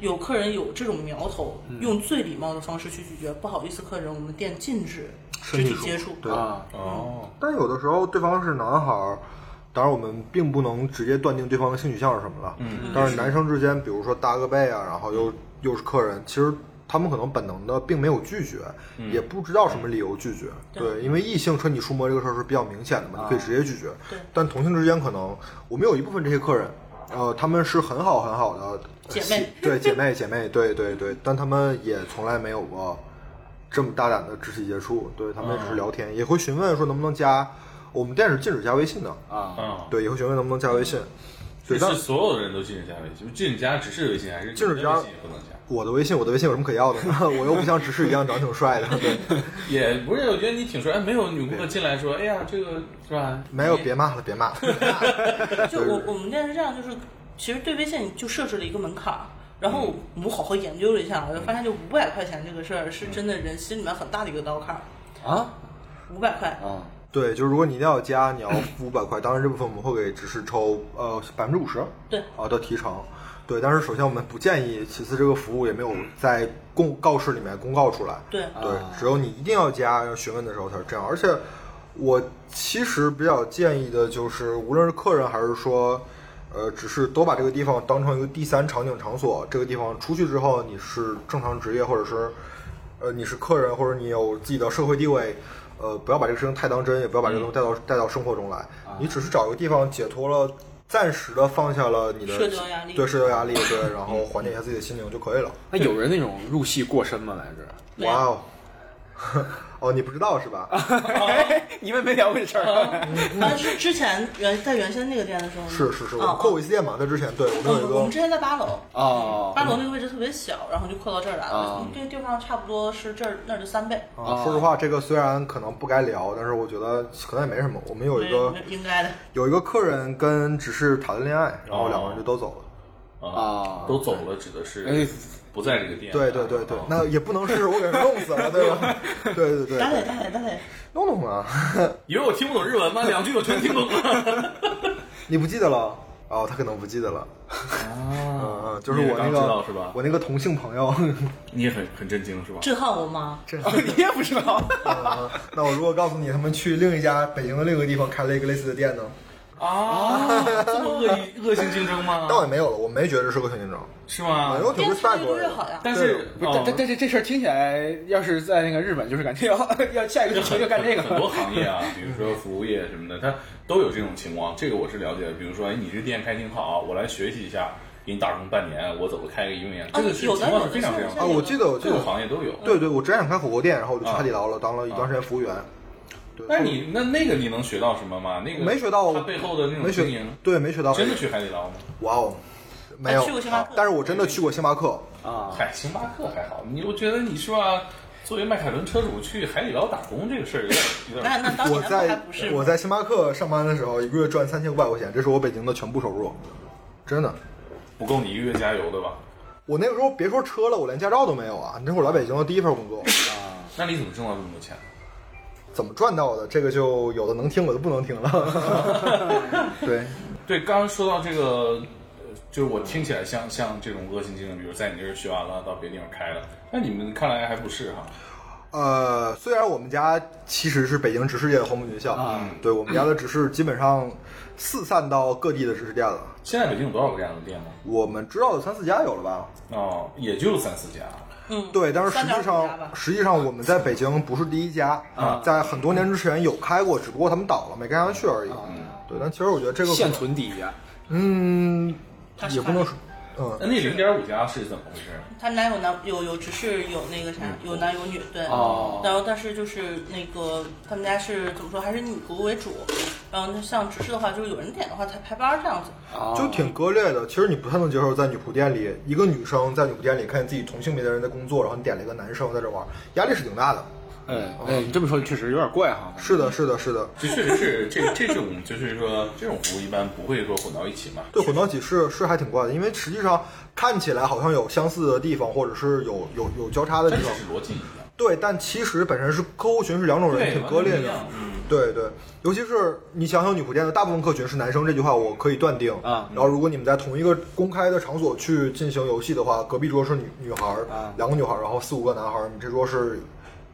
E: 有客人有这种苗头，用最礼貌的方式去拒绝，不好意思，客人，我们店禁止肢体接触。
C: 对
D: 啊
B: 哦，
C: 但有的时候对方是男孩儿，当然我们并不能直接断定对方的性取向是什么了。嗯，但是男生之间，比如说搭个背啊，然后又又是客人，其实他们可能本能的并没有拒绝，也不知道什么理由拒绝。对，因为异性穿你触摸这个事儿是比较明显的嘛，你可以直接拒绝。
E: 对
C: 但同性之间可能我们有一部分这些客人，呃，他们是很好很好的
E: 姐妹，
C: 对姐妹姐妹，对对对，但他们也从来没有过这么大胆的肢体接触，对他们也只是聊天，也会询问说能不能加。我们店是禁止加微信的，
D: 啊，
B: 嗯，
C: 对，也会询问能不能加微信。
B: 就
C: 对，
B: 是
C: 但
B: 所有的人都禁止加微信，禁止加只是微信还是
C: 禁止加
B: 微信也不能加？
C: 我的微信，我的微信有什么可要的呢？我又不像直视一样长挺帅的，对，
B: 也不是，我觉得你挺帅，哎没有女顾客进来说，哎呀，这个是吧？
C: 没有，别骂了，别骂了。
E: 就我我们店是这样，就是其实对微信就设置了一个门槛儿，然后我们好好研究了一下，我就发现就五百块钱这个事儿是真的人心里面很大的一个刀坎儿，
D: 啊
E: 五百块。
D: 啊，
C: 对，就是如果你一定要加，你要付五百块，当然这部分我们会给只是抽呃百分之五十，
E: 对
C: 啊的提成，对，但是首先我们不建议，其次这个服务也没有在公告示里面公告出来，
E: 对
C: 对，只有你一定要加要询问的时候才是这样，而且我其实比较建议的就是，无论是客人还是说。呃，只是都把这个地方当成一个第三场景场所。这个地方出去之后，你是正常职业，或者是呃，你是客人或者你有自己的社会地位，呃，不要把这个事情太当真，也不要把这个东
E: 嗯
C: 西带到、带到生活中来。
E: 啊
C: 你只是找一个地方解脱了，暂时的放下了你的
E: 社交压力
C: 对社交压力，对，然后缓解一下自己的心灵就可以了。
D: 那有人那种入戏过深吗？来着，
E: 没有
C: 哇哦， 哦，你不知道是吧？
D: 你们没聊过这事儿，
E: 啊，是之前原在原先那个店的时候吗
C: 是是是，我
E: 哦
C: 们扩过一次店嘛，在之前，对我
E: 哦
C: 们有一
E: 我们
C: 个
E: 之前在八楼，
D: 哦
E: 八楼那个位置特别小，然后就扩到这儿来了嗯
D: 啊。
E: 这个地方差不多是这儿那儿的三倍，
C: 啊，说实话，这个虽然可能不该聊，但是我觉得可能也没什么。我们有一个
E: 没应该的。
C: 有一个客人跟只是谈了恋爱，然后两个
B: 哦
C: 人就都走
B: 啊
C: 了。
D: 啊，
B: 都走了，指的是
D: 哎
B: 不在这个店。
C: 对对对对
B: 啊，
C: 那也不能是我给人弄死了，对吧？对对对
E: 打
C: 对
E: 得，打得打得，
C: 弄弄啊，
B: 以为我听不懂日文吗？两句我全听懂了。
C: 你不记得了？哦，他可能不记得了。 嗯嗯，就是
B: 哦你也
C: 我那
B: 刚知道
C: 个
B: 是吧
C: 我那个同性朋友。
B: 你也很很震惊是吧？
E: 震撼我妈。
B: 哦
D: 你也不知道，
C: 嗯那我如果告诉你他们去另一家北京的另一个地方开了一个类似的店呢？
B: 啊，这么恶意恶性竞争吗
C: 但？我也没有了，我没觉得是个性竞争，
B: 是吗
C: 反？正我挺
E: 店
C: 会
E: 越
C: 赛
E: 多
C: 过
E: 越
C: 的。
E: 好呀。
B: 但是哦
D: 不是，但但但是这事儿听起来，要是在那个日本，就是感觉要 要下一个
B: 这
D: 旅程就干这个
B: 很 很多行业啊，比如说服务业什么的，它都有这种情况。这个我是了解的。比如说，哎，你这店开挺好，我来学习一下，给你打工半年，我走了开个一年，这个是
E: 哦有
B: 情
E: 的
B: 况是
E: 有的
B: 非常非常
E: 现在
C: 啊，
B: 多
C: 我记得，
B: 的，
C: 我记
B: 各
C: 得
B: 个，行业都有。
C: 对对，我之前想开火锅店，然后我就去
B: 啊
C: 海底捞了，当了一段时间服务员。对，
B: 那你那那个你能学到什么吗？那个
C: 没学到
B: 它背后的那种
C: 没
B: 经
C: 学
B: 营，
C: 对没学到，
B: 真的去海底捞吗？
C: 哇哦，没有
E: 去过星巴克
C: 但是我真的去过星巴克，
D: 啊，
B: 嗨，星巴克还好，你我觉得你是吧？作为迈凯伦车主去海底捞打工这个事儿有点有点
E: 那那当
C: 我
E: 年的还
C: 在
E: 不是
C: 我在星巴克上班的时候，一个月赚三千五百块钱，这是我北京的全部收入，真的。
B: 不够你一个月加油的吧？
C: 我那个时候别说车了，我连驾照都没有啊！那会儿来北京的第一份工作，
B: 那你怎么挣到这么多钱？
C: 怎么赚到的？这个就有的能听，有的不能听了。对，
B: 对，刚刚说到这个，呃就是我听起来像像这种恶性竞争，比如在你这儿学完了，到别地方开了，那你们看来还不是哈？
C: 呃，虽然我们家其实是北京直视界的黄埔军校，
D: 啊
C: 对我们家的直视基本上四散到各地的直视店了。
B: 现在北京有多少个这样的店呢？
C: 我们知道的三四家有了吧？
B: 哦，也就三四家。
E: 嗯，
C: 对，但是实
E: 三点
C: 际
E: 五家
C: 上
E: 吧，
C: 实际上我们在北京不是第一家，在很多年之前有开过，只不过他们倒了，没开上去而已。对，但其实我觉得这个可
D: 现
C: 能，
D: 存第一啊，
C: 嗯，
E: 它是
C: 也不能
E: 发
C: 说，嗯，
B: 那那零点五家是怎么回事？
E: 他们俩有男有有只是有那个啥，
C: 嗯
E: 有男有女，对。
D: 哦
E: 然后但是就是那个他们家是怎么说，还是以国为主。然后那像直视的话，就是有人点的话才排班儿这样子。
C: 就挺割裂的。其实你不太能接受，在女仆店里，一个女生在女仆店里看见自己同性别的人在工作，然后你点了一个男生在这玩，压力是挺大的。
D: 嗯，哎，你这么说确实有点怪哈。
C: 是的，是的，是的。
B: 这确实是这这种就是说这种服务一般不会说混到一起嘛。
C: 对，混到一起是是还挺怪的，因为实际上看起来好像有相似的地方，或者是有有有交叉的地
B: 但只
C: 方。
B: 是逻辑一样。
C: 对，但其实本身是客户群是两种人，
B: 对
C: 挺割裂
B: 完全不一
C: 的
B: 样嗯。
C: 对对，尤其是你想想女仆店的大部分客群是男生，这句话我可以断定
D: 啊
C: 然后如果你们在同一个公开的场所去进行游戏的话，隔壁桌是女女孩儿
D: 啊，
C: 两个女孩儿，然后四五个男孩儿，你这桌是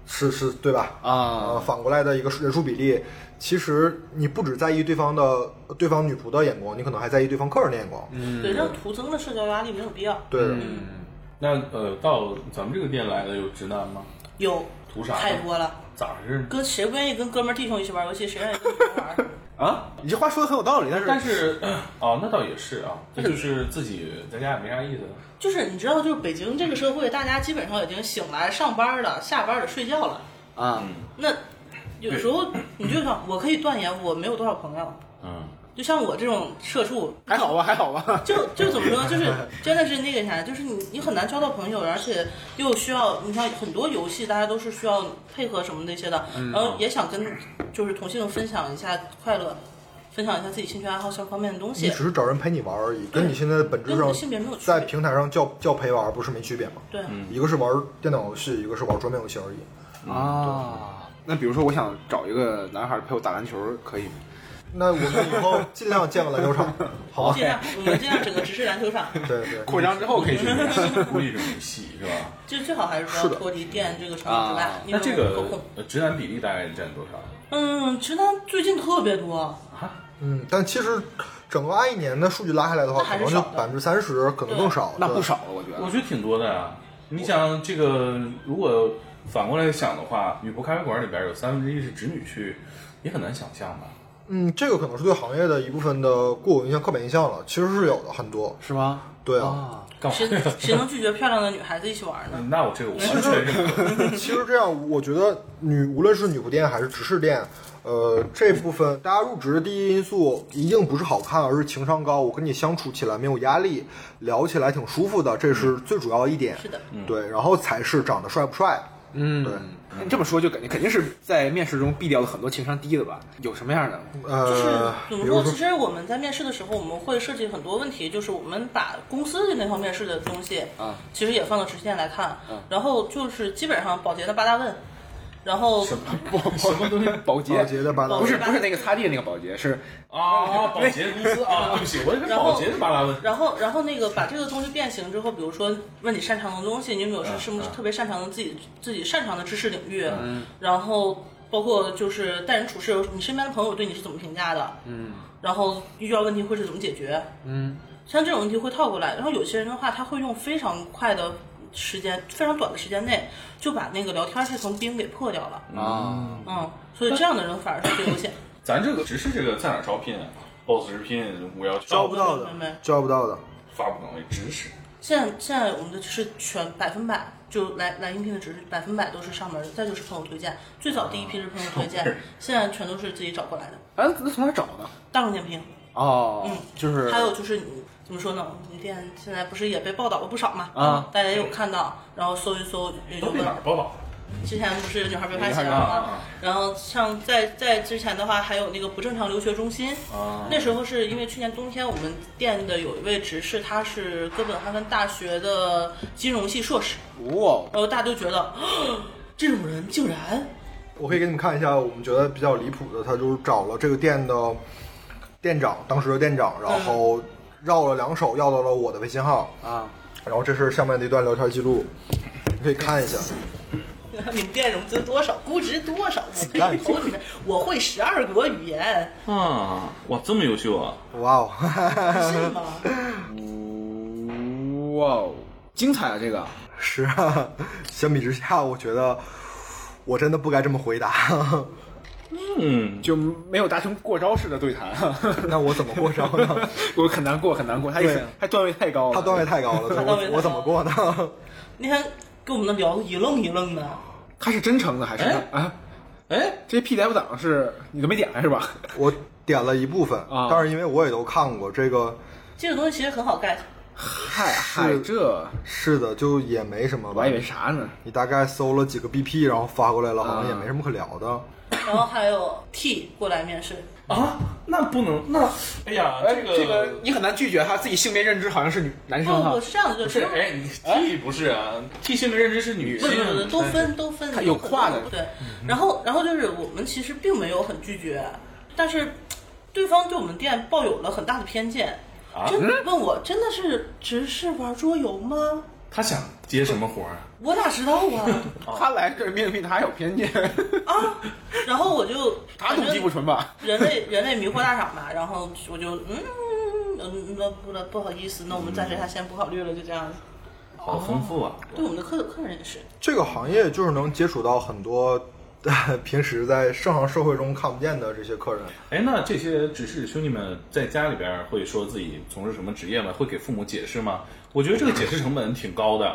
C: 是是对吧？
D: 啊
C: 呃，反过来的一个人数比例，其实你不只在意对方的对方女
E: 嗯
C: 仆的眼光，你可能还在意对方客人的眼光。
E: 对，让徒增了社交压力没有必要。
C: 对的，
B: 那呃，到咱们这个店来的有直男吗？
E: 有
B: 图啥呢？
E: 太多了，
B: 咋回事？
E: 跟谁不愿意跟哥们儿弟兄一起玩游戏？谁愿意跟别人玩儿？
D: 啊，你这话说的很有道理，但是
B: 但是 哦，那倒也是啊，这就是自己在家也没啥意思。
E: 就是你知道，就是北京这个社会，大家基本上已经醒来上班了，下班了睡觉了。
D: 啊，
E: 那有时候你就想，我可以断言我没有多少朋友，
B: 嗯，
E: 就像我这种社畜，
D: 还好吧，还好吧。
E: 就就怎么说，就是真的是那个啥，就是你你很难交到朋友，而且又需要你像很多游戏，大家都是需要配合什么那些的，
C: 嗯
E: 然后也想跟就是同性们分享一下快乐，分享一下自己兴趣爱好相方面的东
C: 你
E: 西。
C: 只是找人陪你玩而已，跟你现在本质
E: 跟
C: 上
E: 你性别没有区别
C: 在平台上叫叫陪玩不是没区别吗？
E: 对，
C: 一个是玩电脑游戏，一个是玩桌面游戏而已。
D: 啊，那比如说我想找一个男孩陪我打篮球，可以吗？
C: 那我们以后尽量建个篮球场，好吧？
E: 尽量我们尽量整个直视篮球场，
C: 对对，
D: 扩张之后可以去
B: 估计这种游戏是吧？
E: 就最好还是不要脱离电这个场景之外
D: 啊，
E: 因
B: 那
E: 为
B: 这
E: 我
B: 个
E: 不够控。
B: 呃直男比例大概占多少？
E: 嗯，直男最近特别多，
C: 嗯，但其实整个二一年的数据拉下来的话，
E: 那还
C: 可能
E: 是
C: 就
E: 少的
C: 百分之三十，可能更少。
D: 那
C: 对
D: 不。少了，我觉得
B: 我。觉得挺多的啊呀。你想这个，如果反过来想的话，女仆咖啡馆里边有三分之一是直女去，也很难想象吧？
C: 嗯，这个可能是对行业的一部分的固有印象、刻板印象了，其实是有的，很多。
D: 是吗？
C: 对
E: 哦
C: 啊，
D: 啊，
B: 干嘛
E: 谁？谁能拒绝漂亮的女孩子一起玩呢？
B: 那我这个我完全认 可。
C: 其实这样，我觉得女无论是女仆店还是直视店，呃，这部分大家入职的第一因素一定不是好看，而是情商高。我跟你相处起来没有压力，聊起来挺舒服的，这是最主要一点。
E: 嗯是的，
C: 对，然后才是长得帅不帅。
D: 嗯，
C: 对
D: 你这么说就感觉肯定是在面试中避掉了很多情商低的吧？有什么样的？
E: 就是
C: 呃，
E: 怎
C: 比
E: 么
C: 如
E: 说？
C: 说
E: 其，实我们在面试的时候，我们会设计很多问题，就是我们把公司的那方面试的东西
D: 啊，
E: 其实也放到直线来看。然后就是基本上保洁的八大问，然后
D: 保什么东西？保洁？
C: 保洁的八大
D: 不是
E: 保洁
D: 不是那个擦地那个保洁，是
B: 啊，保洁公司 啊，对不起，我这个
E: 然后
B: 保洁的巴拉问。
E: 然后然后那个把这个东西变形之后，比如说问你擅长的东西，你有没有是什么特别擅长的自己自己擅长的知识领域？然后包括就是待人处事，你身边的朋友对你是怎么评价的？嗯，然后遇到问题会是怎么解决？嗯，像这种问题会套过来。然后有些人的话，他会用非常快的时间，非常短的时间内就把那个聊天这层冰给破掉了。
D: 啊，
E: 嗯，所以这样的人反而是最优先。
B: 咱这个只是这个在哪儿招聘啊？boss 直聘五幺九
C: 招不到的
E: 嗯明白，
C: 招不到的。
B: 发布岗位知识。
E: 现在现在我们的是全百分百，就来来应聘的只是百分百都是上门儿的，再就是朋友推荐。最早第一批是朋友推荐，现在全都是自己找过来的。
D: 啊，那从哪儿找的？
E: 大众点评，
D: 哦，
E: 嗯
D: 就是
E: 还有就是你怎么说呢？我们店现在不是也被报道了不少嘛？
D: 啊
E: 大家也有看到，然后搜一搜，也就
B: 都被
E: 问
B: 哪儿报道？
E: 之前不是女孩被发现
D: 女孩
E: 了
D: 被
B: 发现
E: 吗？然后像在在之前的话，还有那个不正常留学中心，那时候是因为去年冬天我们店的有一位执事，他是哥本哈根大学的金融系硕士，
D: 哇，
E: 然后大家都觉得 啊这种人竟然
C: 我可以给你们看一下，我们觉得比较离谱的，他就是找了这个店的店长，当时的店
E: 嗯
C: 长，然后绕了两手要到了我的微信号，
D: 啊，
C: 然后这是上面的一段聊天记录，你可以看一下。
E: 你们店融资多少，估值多少，我 可以投你们，我会十二国语言，
B: 啊，哇，这么优秀啊！
C: 哇哦，
E: 信吗？
D: 哇哦，精彩啊这个！
C: 是啊，相比之下，我觉得我真的不该这么回答。
B: 嗯，
D: 就没有达成过招式的对谈，啊
C: 那我怎么过招呢？
D: 我很难过，很难过。他也
C: 对
D: 他段位太高了，
C: 他段位太高了，对
E: 段位
C: 我
E: 太高
C: 我怎么过呢？
E: 那天跟我们聊一愣一愣的，
D: 他是真诚的还是
B: 哎
D: 啊？
B: 哎，
D: 这 PDF 档是你都没点开是吧？
C: 我点了一部分
D: 啊，
C: 但是因为我也都看过这个，
E: 这个东西其实很好 get，
D: 嗨嗨，这
C: 是的，就也没什么
D: 我
C: 吧
D: 还以。为啥呢？
C: 你大概搜了几个 BP，然后发过来了，好像也
D: 啊
C: 没什么可聊的。
E: 然后还有 T 过来面试，
B: 啊，那不能，那哎呀，
D: 哎，
B: 这
D: 这个你很难拒绝他自己性别认知好像是女男生
E: 不
D: 哈
E: 哎不，，哦是这样的，
B: 不
E: 就是是
B: 哎，你 T 不是啊，T 性别认知是女
E: 不
B: 性啊
E: 是不是，都分都分，
D: 它有跨的嗯
E: 对。然后然后就是我们其实并没有很拒绝，但是对方对我们店抱有了很大的偏见。
D: 啊
E: 真的问我真的是只是玩桌游吗？
B: 他想接什么活儿啊？
E: 我哪知道 啊
D: 他来这儿面壁，他还有偏 见，啊
E: 啊！然后我就
D: 他动机不纯吧？
E: 人类人类迷惑大赏吧，然后
D: 嗯
E: 我就嗯嗯，那不那不好意思，那我们暂时还先不考虑了，就这样。
B: 好丰富啊！
E: 对我们的客客人 也是，
C: 这个行业就是能接触到很多 平时在正常社会中看不见的这些客人。
B: 哎，那这些执事兄弟们在家里边会说自己从事什么职业吗？会给父母解释吗？我觉得这个解释成本挺高的。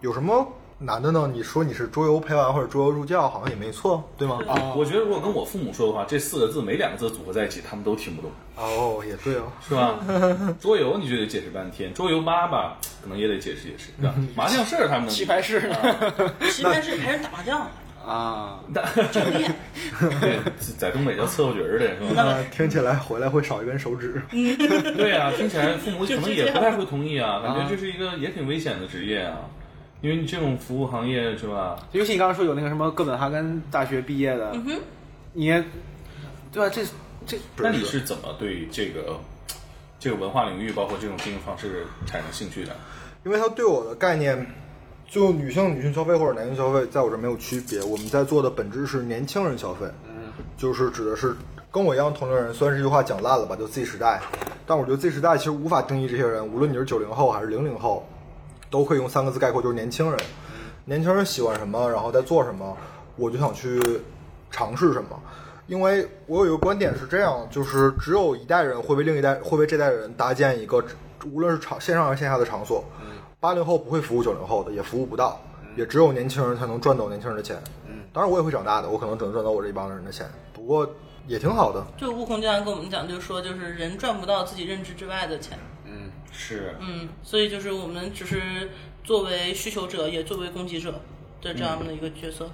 C: 有什么难的呢？你说你是桌游陪玩或者桌游入教，好像也没错，对吗？
D: 啊
B: 我觉得如果跟我父母说的话，这四个字每两个字组合在一起，他们都听不懂，
C: 哦，也对哦。
B: 是 吧？桌游你就得解释半天，桌游妈妈可能也得解释解释，对吧？麻将事儿他们能
D: 棋牌室呢？
E: 棋牌室还是打麻将，
D: 啊，
E: 正面。
B: 对，在东北叫伺候局儿的是 吧？
C: 那呃听起来回来会少一根手指。
B: 对啊，听起来父母可能也不太会同意啊，感觉这是一个也挺危险的职业啊，因为你这种服务行业是吧？
D: 尤其你刚刚说有那个什么哥本哈根大学毕业的，你也对吧？这这
B: 那你是怎么对这个这个文化领域，包括这种经营方式产生兴趣的？
C: 因为它对我的概念，就女性女性消费或者男性消费，在我这没有区别。我们在做的本质是年轻人消费，就是指的是跟我一样同龄人。虽然这句话讲烂了吧，就 Z 时代，但我觉得 Z 时代其实无法定义这些人，无论你是九零后还是零零后，都可以用三个字概括，就是年轻人。年轻人喜欢什么，然后在做什么，我就想去尝试什么。因为我有一个观点是这样，就是只有一代人会为另一代会为这代人搭建一个，无论是场线上还是线下的场所。八零后不会服务九零后的，也服务不到，也只有年轻人才能赚到年轻人的钱。当然我也会长大的，我可能只能赚到我这一帮人的钱，不过也挺好的。
E: 就悟空经常跟我们讲，就是说，就是人赚不到自己认知之外的钱。
B: 是，
E: 嗯，所以就是我们只是作为需求者，也作为供给者的这样的一个角色。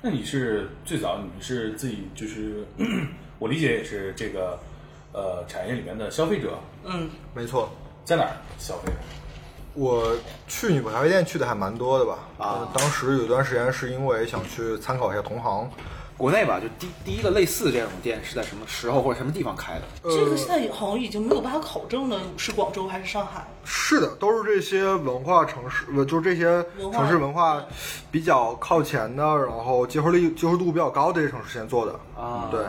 B: 那你是最早你是自己就是，我理解也是这个呃产业里面的消费者，
E: 嗯，
C: 没错，
B: 在哪儿消费？
C: 我去女仆咖啡店去的还蛮多的吧。啊，当时有段时间是因为想去参考一下同行。
D: 国内吧，就第第一个类似这种店是在什么时候或者什么地方开的？
C: 嗯
E: 这个现在也好像已经没有办法考证了，是广州还是上海？
C: 是的，都是这些文化城市，呃，就是这些
E: 文化
C: 城市文化比较靠前的，然后接受力、接受度比较高的这些城市先做的。
D: 啊
C: 对。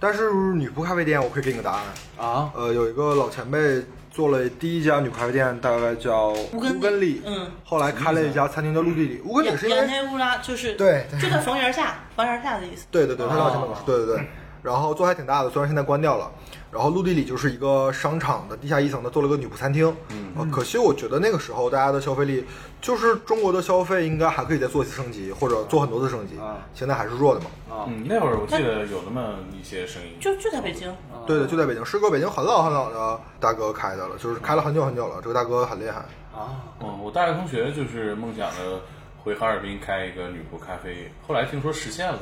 C: 但是女仆咖啡店，我可以给你个答案。
D: 啊，
C: 呃，有一个老前辈做了第一家女仆咖啡店，大概叫乌
E: 根里
C: 根里，
E: 嗯，
C: 后来开了一家餐厅叫陆地里。乌根里是因
E: 沿
C: 为
E: 黑乌拉就是
C: 对对
E: 就在房檐下，房檐下的意思。
C: 对对对，他老前辈
D: 哦
C: 对对对，然后做还挺大的，虽然现在关掉了。然后陆地里就是一个商场的地下一层的，做了个女仆餐厅。嗯，可惜我觉得那个时候大家的消费力，就是中国的消费应该还可以再做一次升级，或者做很多次升级。
D: 啊
C: 现在还是弱的嘛。
B: 嗯，那会儿我记得有那么一些声音，
E: 就就在北京，
C: 对的，就在北京，是个北京很老很老的大哥开的了，就是开了很久很久了。这个大哥很厉害。
B: 嗯，我大学同学就是梦想着回哈尔滨开一个女仆咖啡，后来听说实现了，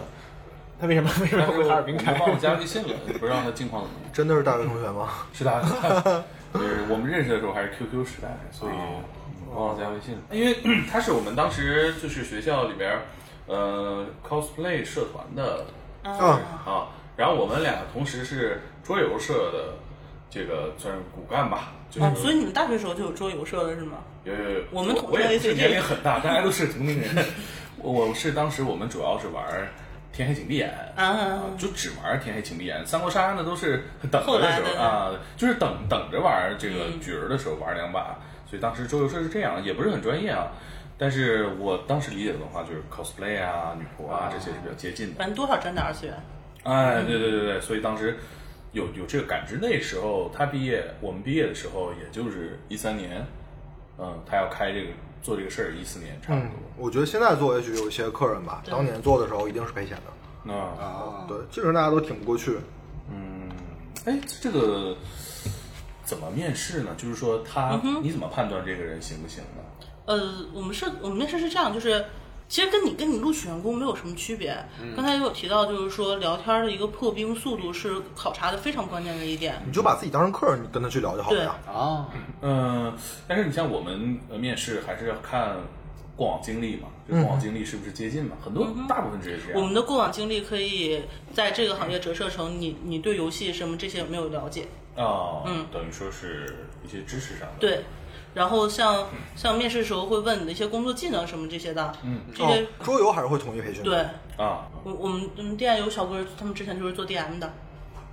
D: 他为什么为什么
B: 但是
D: 会
B: 我
D: 哈尔滨开
B: 我？帮我加微信了，不知道他近况怎么样。
C: 真的是大学同学吗？
B: 是大 学， 就是我们认识的时候还是 QQ 时代，所以
D: 哦
B: 嗯忘了加微信了。因为 他是我们当时就是学校里边儿呃 cosplay 社团的
C: 啊，
B: 啊，然后我们俩同时是桌游社的这个算是骨干吧，就是
E: 啊，所以你们大学时候就有桌游社了是吗？
B: 有有有，
E: 我们统
B: 呃我
E: 称
B: 也
E: 为
B: 是
E: CG
B: 年龄很大，大家都是同龄人。我我是当时我们主要是玩《天黑请闭眼》
E: 啊
C: 嗯
B: 就只玩《天黑请闭眼》，三国杀呢都是等
E: 后
B: 着的
E: 来
B: 时候
E: 的嗯
B: 啊，就是等等着玩这个角儿的时候玩两把，所以当时桌游社是这样，也不是很专业啊。但是我当时理解的文化就是 cosplay 啊、女仆啊这些是比较接近的。
E: 反正多少沾点二次元。嗯
B: 哎，对对对对，所以当时有有这个感知。那时候他毕业，我们毕业的时候，也就是一三年，嗯，他要开这个做这个事儿，一四年差不多。
E: 嗯
C: 我觉得现在做也许有一些客人吧，当年做的时候一定是赔钱的。啊
B: 那、
E: 哦啊
C: 对，基本上大家都挺不过去。
B: 嗯，哎，这个怎么面试呢？就是说
E: 嗯
B: 他，你怎么判断这个人行不行呢？
E: 呃，我们是我们面试是这样，就是其实跟你跟你录取员工没有什么区别。
C: 嗯
E: 刚才也有提到，就是说聊天的一个破冰速度是考察的非常关键的一点。
C: 你就把自己当成客人，你跟他去聊就好了呀。
D: 啊，
B: 嗯，但是你像我们呃面试还是要看过往经历嘛，就过往经历是不是接近嘛？
E: 嗯
B: 很多大部分职业是这样。
E: 我们的过往经历可以在这个行业折射成你你对游戏什么这些有没有了解？
B: 啊，等于说是一些知识上的。
E: 嗯对。然后像像面试时候会问你的一些工作技能什么这些的，嗯，这些、
C: 哦，桌游还是会统一培训的。
E: 对。
B: 啊
E: 我我们我们店有小哥，他们之前就是做 DM 的，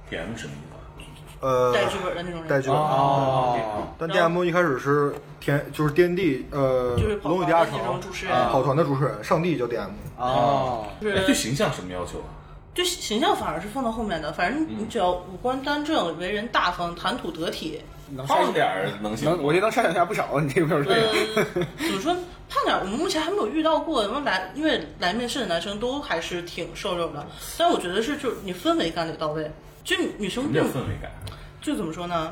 B: ，DM 什么意思？啊
C: 呃，
E: 带剧本的那种人，
C: 带剧本。
D: 哦，
C: 但 DM 一开始是天，就是 D N D，呃，
E: 就是
C: 《
E: 跑
C: 龙与
E: 团
C: 地下
E: 的
C: 城
E: 那》种主持
D: 啊
E: 人，嗯
C: 跑团的主持人，上帝叫 D M。
D: 哦，
E: 就
B: 哎对
E: 是
B: 形象什么要求啊？
E: 对形象反而是放到后面的，反正你只要五官端正、为人大方、谈吐得体，
D: 能筛
B: 胖点儿能行
D: 能，
B: 吗？
D: 我觉得能筛选下不少。你这个
E: 呃
D: 对，，
E: 怎么说胖点儿？我们目前还没有遇到过，因为来因为来面试的男生都还是挺瘦肉的，但我觉得是就是你氛围感得到位，就女
B: 什
E: 生
B: 么叫
E: 并
B: 氛围感？啊
E: 就怎么说呢？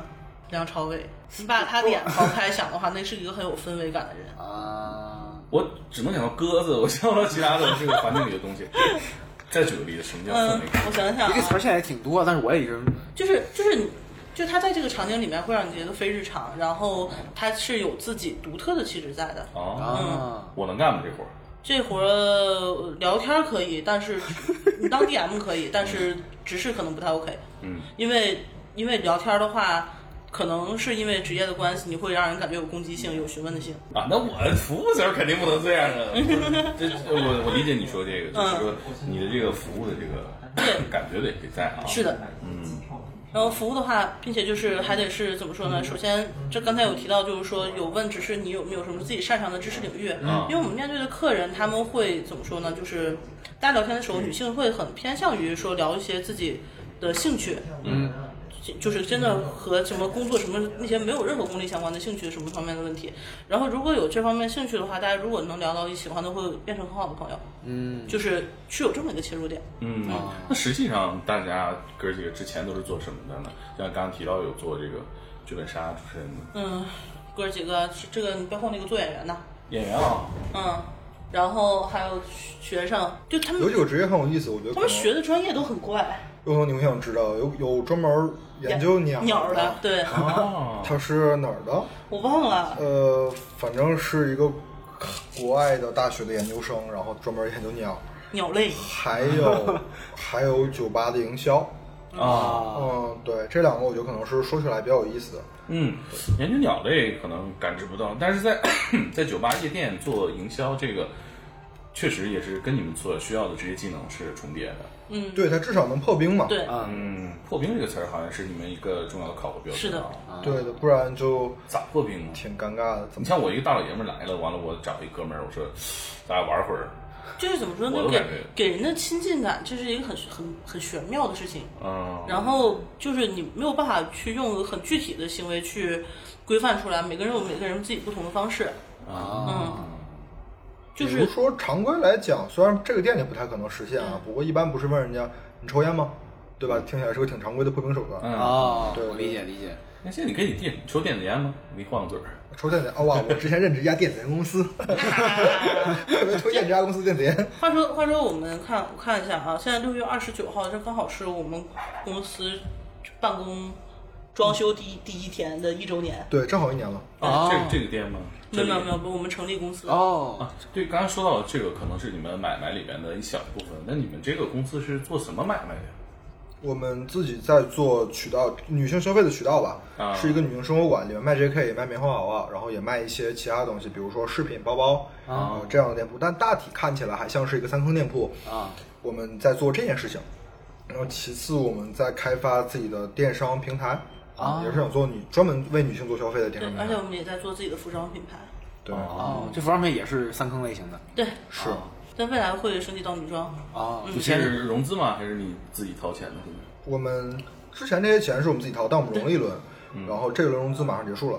E: 梁朝伟，你把他脸刨开想的话，那是一个很有氛围感的人。
D: 啊，
B: 我只能想到鸽子，我想不到其他的这个环境里的东西。再举个例子，什么叫氛
E: 嗯
B: 围感？，
E: 我想想
D: 这个词儿
E: 啊，
D: 现在也挺多，但是我也一直
E: 就是就是你。就他在这个场景里面会让你觉得非日常，然后他是有自己独特的气质在的。
B: 啊，
E: 嗯
D: 啊，
B: 我能干吗这活儿？
E: 这活儿呃聊天儿可以，但是 你当 DM 可以，但是直视可能不太 OK。
B: 嗯，
E: 因为因为聊天儿的话，可能是因为职业的关系，你会让人感觉有攻击性、有询问的性。
B: 啊，那我服务责任肯定不能这样啊！这这我我理解你说这个，就是说你的这个服务的这个
E: 对
B: 感觉得得在啊。
E: 是的，
B: 嗯，
E: 然后服务的话，并且就是还得是怎么说呢？首先，这刚才有提到，就是说有问，只是你有没有什么自己擅长的知识领域？
B: 嗯
E: 因为我们面对的客人，他们会怎么说呢？就是大家聊天的时
B: 嗯
E: 候，女性会很偏向于说聊一些自己的兴趣，
B: 嗯，
E: 就是真的和什么工作什么那些没有任何功利相关的兴趣什么方面的问题。然后如果有这方面兴趣的话，大家如果能聊到一起的话，那会变成很好的朋友。
D: 嗯，
E: 就是是有这么一个切入点。
B: 嗯，那实际上大家哥几个之前都是做什么的呢？像刚刚提到有做这个剧本杀主持人、
E: 嗯，哥儿几个，这个你包括那个做演员的。
B: 演员啊，
E: 嗯，然后还有学生，就他
C: 有
E: 们
C: 几个职业很有意思，我觉得可
E: 他
C: 能
E: 们学的专业都很怪，
C: 悠悠，你们想知道有有专门研究鸟啊
E: 鸟儿的，，对，
B: 哦，
C: 他是哪儿的？
E: 我忘了，
C: 呃，反正是一个国外的大学的研究生，然后专门研究鸟，
E: 鸟类，
C: 还 有还有酒吧的营销。
B: 啊，
E: 哦
C: 嗯，对，这两个我觉得可能是说起来比较有意思的。
B: 嗯，研究鸟类可能感知不到，但是在 在酒吧夜店做营销这个，确实也是跟你们所需要的职业技能是重叠的。
E: 嗯，
C: 对，它至少能破冰嘛。
E: 对，
B: 嗯，破冰这个词儿好像是你们一个重要的考核标准。
E: 是的
B: 啊，
C: 对的，不然就
B: 咋破冰啊？
C: 挺尴尬的。怎
B: 你
C: 么？
B: 像我一个大老爷们儿来了，完了我找一哥们儿，我说哎咱俩玩会儿，
E: 就是怎么说呢
B: 我，都
E: 给
B: 感觉
E: 给人的亲近感，这是一个很很很玄妙的事情，
B: 嗯，
E: 然后就是你没有办法去用很具体的行为去规范出来，每个人有每个人自己不同的方式，嗯，就
C: 比如
E: 是
C: 说常规来讲，虽然这个店里不太可能实现
E: 嗯
C: 啊，不过一般不是问人家你抽烟吗？对吧？听起来是个挺常规的破冰手段。
B: 嗯，
D: 哦，
C: 对
D: 我理解理解，
B: 那现在你给你弟抽电子烟吗？我给你换个嘴儿。
C: 抽电子烟，哦哇！我之前任职一家电子烟公司， 特别推荐这家公司电子烟。
E: 话说，话说，我们看我看一下啊，现在六月二十九号，这刚好是我们公司办公装修第一第一天的一周年。
C: 对，正好一年了。
D: 哦
B: 这这个店吗？
E: 没有没有
B: 这
E: 没
B: 里
E: 有，不我们成立公司。
D: 哦，
B: 啊，对，刚刚说到这个，可能是你们买卖里面的一小部分。那你们这个公司是做什么买卖的呀？
C: 我们自己在做渠道，女性消费的渠道吧，
B: 啊
C: 是一个女性生活馆，里面卖 JK，也卖棉花娃娃，然后也卖一些其他东西，比如说饰品、包包
D: 啊
C: 呃这样的店铺。但大体看起来还像是一个三坑店铺。
D: 啊，
C: 我们在做这件事情，然后其次我们在开发自己的电商平台
D: 啊
C: 也是想做女专门为女性做消费的电
E: 对
C: 商，
E: 而
C: 平
E: 且我
C: 台。
E: 们也在做自己的服装品牌。
C: 对，
D: 哦，这方面也是三坑类型的
E: 对，
C: 是
E: 但未来会升级到女装。
D: 哦，
B: 你
D: 你先
B: 是融资吗？还是你自己掏钱的？
C: 我们之前这些钱是我们自己掏，但我们融了一轮，然后这一轮融资马上结束了。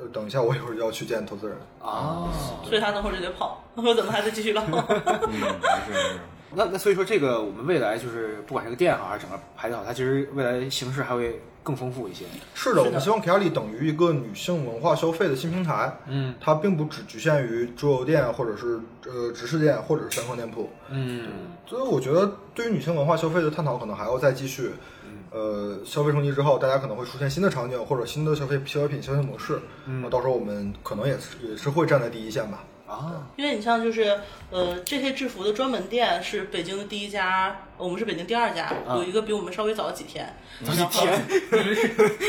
C: 呃，等一下，我一会儿要去见投资人。
D: 哦，
E: 所以他等会儿就得跑， 我怎么还得继 续唠？
B: 嗯，没事没事。
D: 那那所以说这个我们未来就是不管这个店好还是整个牌子好，它其实未来形式还会更丰富一些。
C: 是的，我们希望 k a l i 等于一个女性文化消费的新平台。
D: 嗯，
C: 它并不只局限于桌游店，或者是呃直视店，或者是三矿店铺。
D: 嗯，
C: 所以我觉得，对于女性文化消费的探讨，可能还要再继续。呃，消费升级之后，大家可能会出现新的场景或者新的消费消费品消费模式。嗯，到时候我们可能也是也是会站在第一线吧。
D: 啊，
E: 因为你像就是呃这些制服的专门店是北京的第一家，我们是北京第二家，
B: 啊
E: 有一个比我们稍微早几天，然后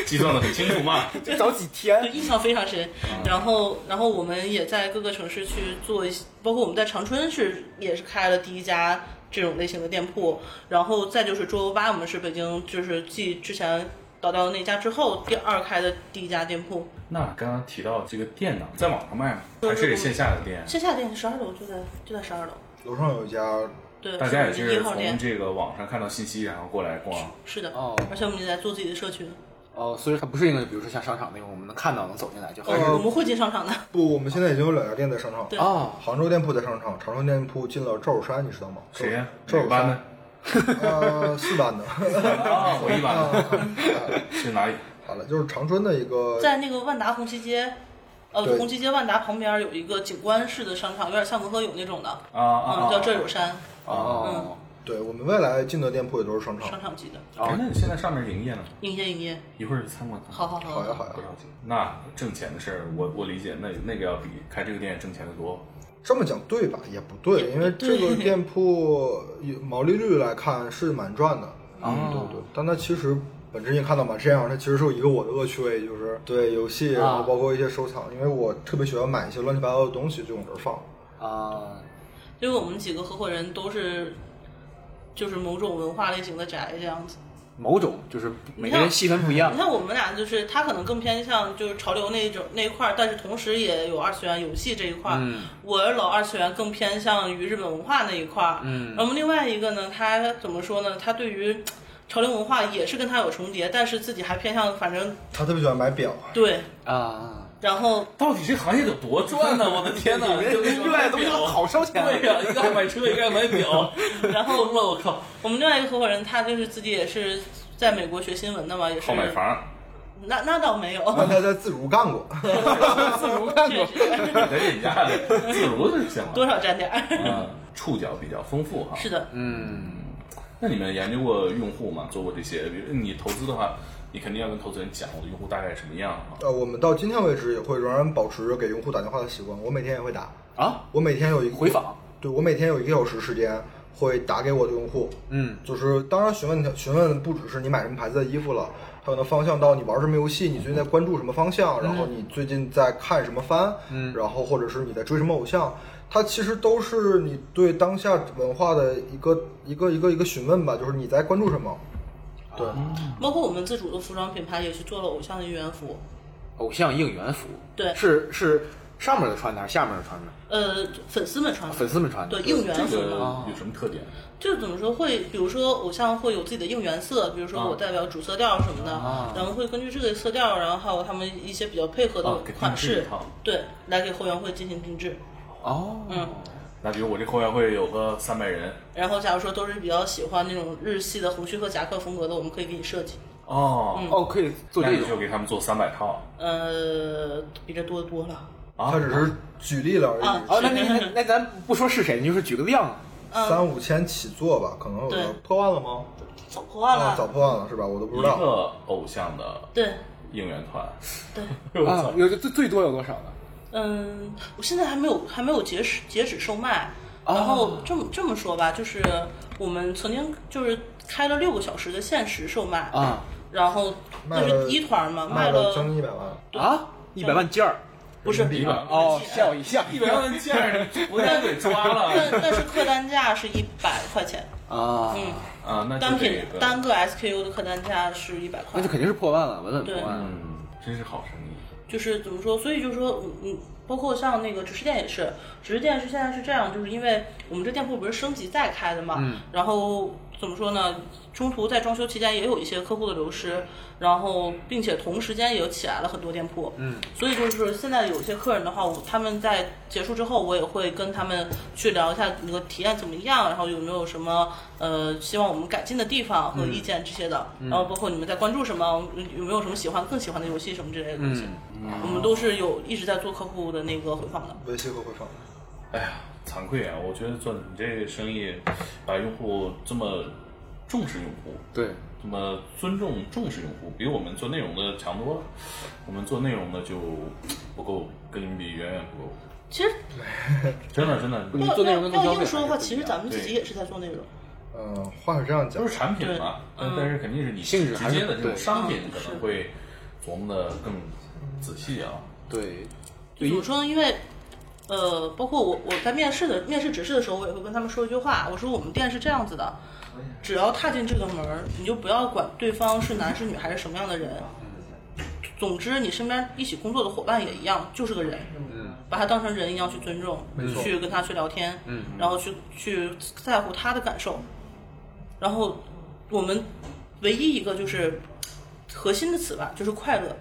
B: 计算的很清楚嘛。
D: 就找几
E: 就
D: 天
E: 印象非常深。然后，然后我们也在各个城市去做一些，包括我们在长春是也是开了第一家这种类型的店铺。然后再就是桌游吧，我们是北京就是继之前倒掉的那家之后，第二开的第一家店铺，
B: 那刚刚提到这个店呢，在网上卖吗？还是线下的店？
E: 线下店十二楼就在就在十二楼，
C: 楼上有一家
E: 对，
B: 大家也
E: 是一
B: 是
E: 号
B: 从
E: 店，
B: 这个网上看到信息，然后过来逛。
E: 是的，
D: 哦
E: 而且我们也在做自己的社群，
D: 哦，所以它不是一个，比如说像商场那种，我们能看到能走进来就还是
E: 呃我们会进商场的，
C: 不，我们现在已经有两家店在商场。
E: 对
D: 哦，
C: 杭州店铺在商场，常州店铺进了赵守山，你知道吗？
B: 谁呀？
C: 赵
B: 哪
C: 守
B: 个班的
C: 山，？呃，四班的。
B: 啊，我一班
C: 哦
B: 的。 是哪里？
C: 好了，就是长春的一个，
E: 在那个万达红旗街。呃，
C: 对
E: 红旗街万达旁边有一个景观式的商场，有点像文和友那种的，
B: 啊啊
E: 嗯，
B: 啊！
E: 叫这有山
D: 哦，
C: 对我们未来进的店铺也都是商场
E: 商。场级的，
B: 哎那你现在上面营业呢？
E: 营业营业，
B: 一会儿参观参观。啊
E: 好好好，
C: 好呀好呀
B: 不，着急，那挣钱的事儿，我我理解，那那个要比开这个店挣钱的多。
C: 这么讲对吧？也不对，因为这个店铺以毛利率来看是蛮赚的。嗯，对对，但它其实。本质你看到嘛，这样它其实是有一个我的恶趣味，就是对游戏，然后包括一些收藏，因为我特别喜欢买一些乱七八糟的东西就往这儿放。
D: 啊，
E: 因为我们几个合伙人都是就是某种文化类型的宅这样子。
D: 某种就是每个人细分不一样
E: 你，看我们俩就是他可能更偏向就是潮流那一种那一块儿，但是同时也有二次元游戏这一块儿。
D: 嗯
E: 我老二次元更偏向于日本文化那一块儿。
D: 嗯
E: 然后另外一个呢，他怎么说呢？他对于潮流文化也是跟他有重叠，但是自己还偏向反正
C: 他特别喜欢买表，
E: 对。
D: 啊，
E: 然后
B: 到底这行业得多赚呢？我的 天哪！
D: 热爱的东西好烧钱，
B: 对呀、一个爱买车，一个爱买表，
E: 然后
B: 疯了！我靠，
E: 我们另外一个合伙人，他就是自己也是在美国学新闻的嘛，也是
B: 好买房，
E: 那那倒 没有，
C: 但他在自如干过。
E: 确实
B: 在人家的自如就 行
E: 多
B: 了。
E: 少沾点儿。
B: 嗯，触角比较丰富哈。
E: 是的，
D: 嗯，
B: 那你们研究过用户吗？做过这些？比如你投资的话，你肯定要跟投资人讲我的用户大概什么样啊？
C: 呃，我们到今天为止也会仍然保持着给用户打电话的习惯，我每天也会打。
D: 啊，
C: 我每天有一个
D: 回访，
C: 对我每天有一个小时时间会打给我的用户，
D: 嗯，
C: 就是当然询问他询问不只是你买什么牌子的衣服了，还有那方向到你玩什么游戏，你最近在关注什么方向，然后你最近在看什么番，嗯，然后或者是你在追什么偶像，它其实都是你对当下文化的一个一个一个一个询问吧，就是你在关注什么。对，
E: 包括我们自主的服装品牌也去做了偶像的应援服。
D: 偶像应援服，
E: 对
D: 是是上面的穿的还是下面的穿的？
E: 呃，粉丝们穿的，
D: 粉丝们穿的，
E: 对应援
B: 这
E: 服
B: 个
E: 嘛，
B: 有什么特点？
E: 就是怎么说会，比如说偶像会有自己的应援色，比如
B: 啊
E: 说我代表主色调什么的，
D: 啊
E: 然后会根据这个色调，然后还有他们一些比较配合
B: 啊
E: 的
B: 给定制
E: 款式，
B: 一套
E: 对，来给后援会进行定制。
D: 哦，
E: 嗯
B: 那比如我这后援会有个三百人
E: 然后假如说都是比较喜欢那种日系的红须和夹克风格的，我们可以给你设计。
B: 哦，
D: 哦，可以做
B: 那
D: 这
B: 你就
D: 种
B: 给他们做三百套
E: 呃，比这多多了。
B: 啊
C: 它只是举例了而
E: 啊
C: 已，
D: 哦，那那那那咱不说是谁，你就是举个样
C: 三五千起做吧，可能有
E: 对
C: 的破万了吗？
E: 早破案
C: 啊，早
E: 了。
C: 破万了是吧？我都不
B: 一
C: 知道。
B: 个偶像的
E: 对，
B: 应援团。
E: 对，
B: 我
D: 啊
B: 操，！
D: 有最最多有多少呢？
E: 嗯，我现在还没有还没有截止截止售卖。
D: 哦
E: 然后这么这么说吧，就是我们曾经就是开了六个小时的限时售卖，
D: 啊
E: 然后
C: 卖
E: 那
C: 了
E: 是一团嘛，哦卖
C: 卖
E: 了
C: 将近一百万，
D: 啊，一百万件儿
E: 不是
B: 一百万
D: 哦，吓我一下
B: 一百万件儿，我该给抓
E: 但
B: 了
E: 但是客单价是一百块钱，
D: 啊，
E: 嗯，
B: 啊！那
E: 单
B: 就
E: 品
B: 这个，
E: 单个 SKU 的客单价是一百块
D: 那就，肯定是破万了，稳稳破万了。
B: 嗯，真是好生意。
E: 就是怎么说？所以就是说，嗯嗯，包括像那个直食店也是，直食店是现在是这样，就是因为我们这店铺不是升级再开的嘛，然后怎么说呢？中途在装修期间也有一些客户的流失，然后并且同时间也起来了很多店铺，嗯，所以就是现在有些客人的话，我他们在结束之后，我也会跟他们去聊一下那个体验怎么样，然后有没有什么呃希望我们改进的地方和意见这些的，然后包括你们在关注什么，嗯有没有什么喜欢更喜欢的游戏什么之类的东西。我们都是有一直在做客户的那个回访的。
C: 微信和回访。
B: 哎呀，惭愧啊！我觉得做你这个生意，把用户这么重视用户，
D: 对，
B: 这么尊重重视用户，比我们做内容的强多了。我们做内容的就不够，跟你们比远远不够。
E: 其实
B: 真的，真的，
D: 你
E: 要
D: 嗯做内容
E: 要
D: 跟做消
E: 要
D: 费
E: 硬说的
D: 还
E: 话，
D: 是不一
E: 其实
D: 样
E: 咱们自
B: 对
E: 己也是在做内容。
C: 嗯，话是这样讲
B: 都是，产品嘛，但但是肯定是你
D: 嗯性质
B: 直
D: 还是
B: 接的这种
D: 对
B: 商品
E: 嗯
B: 可能
E: 是
B: 会琢磨的更仔细啊。
D: 对，
E: 怎么说呢？因为呃，包括我我在面试的面试指示的时候，我也会跟他们说一句话，我说我们店是这样子的，
D: 啊
E: 只要踏进这个门儿，你就不要管对方是男是女还是什么样的人，
D: 嗯
E: 总之你身边一起工作的伙伴也一样，就是个人，
D: 嗯，
E: 把他当成人一样去尊重，去跟他去聊天，
D: 嗯，
E: 然后去去在乎他的感受，然后我们唯一一个就是核心的词吧，就是快乐。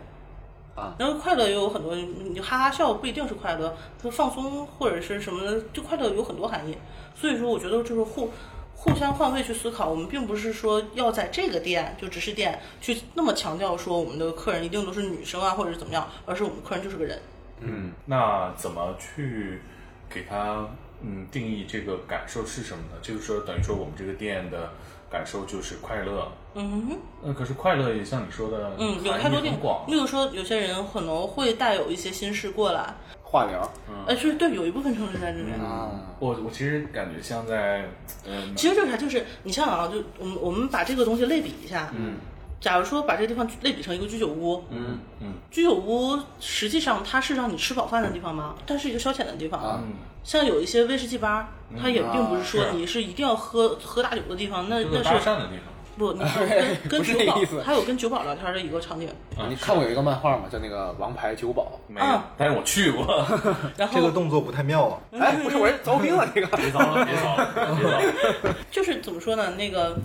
D: 啊，
E: 然后快乐也有很多，你哈哈笑不一定是快乐，它放松或者是什么的，就快乐有很多含义。所以说，我觉得就是互互相换位去思考，我们并不是说要在这个店就只是店去那么强调说我们的客人一定都是女生啊，或者是怎么样，而是我们客人就是个人。
B: 嗯，那怎么去给他嗯定义这个感受是什么呢？就是说，等于说我们这个店的感受就是快乐。
E: 嗯哼。
B: 那可是快乐也像你说的，
E: 嗯，有
B: 含义
E: 太多
B: 很
E: 定
B: 广。
E: 例如说，有些人可能会带有一些心事过来，
D: 化疗
B: 嗯
E: 呃，就是对，有一部分成分在这边。
D: 啊，
B: 我我其实感觉像在嗯
E: 其实就是啥，就是你像啊，就我们我们把这个东西类比一下，嗯，假如说把这个地方类比成一个居酒屋，
B: 嗯嗯
E: 居酒屋实际上它是让你吃饱饭的地方吗？它是一个消遣的地方。
D: 啊
B: 嗯，
E: 像有一些威士忌吧，它也并不是
B: 啊
E: 说
B: 是
E: 你是一定要喝喝大酒的地方，那
B: 这个
E: 呃那
B: 搭
E: 是
B: 讪的地方。
E: 不，你还有跟跟
D: 不是
E: 酒
D: 那
E: 保
D: 意思，
E: 还有跟酒保聊天的一个场景。
B: 啊
D: 你看过有一个漫画吗？叫那个《王牌酒保
B: 没有，
E: 啊
B: 但是我去过。
E: 然后
C: 这个动作不太妙啊。》。
D: 哎，不是，我是凿冰了这个。
B: 别糟了，别糟了，别糟了。
E: 就是怎么说呢？那个，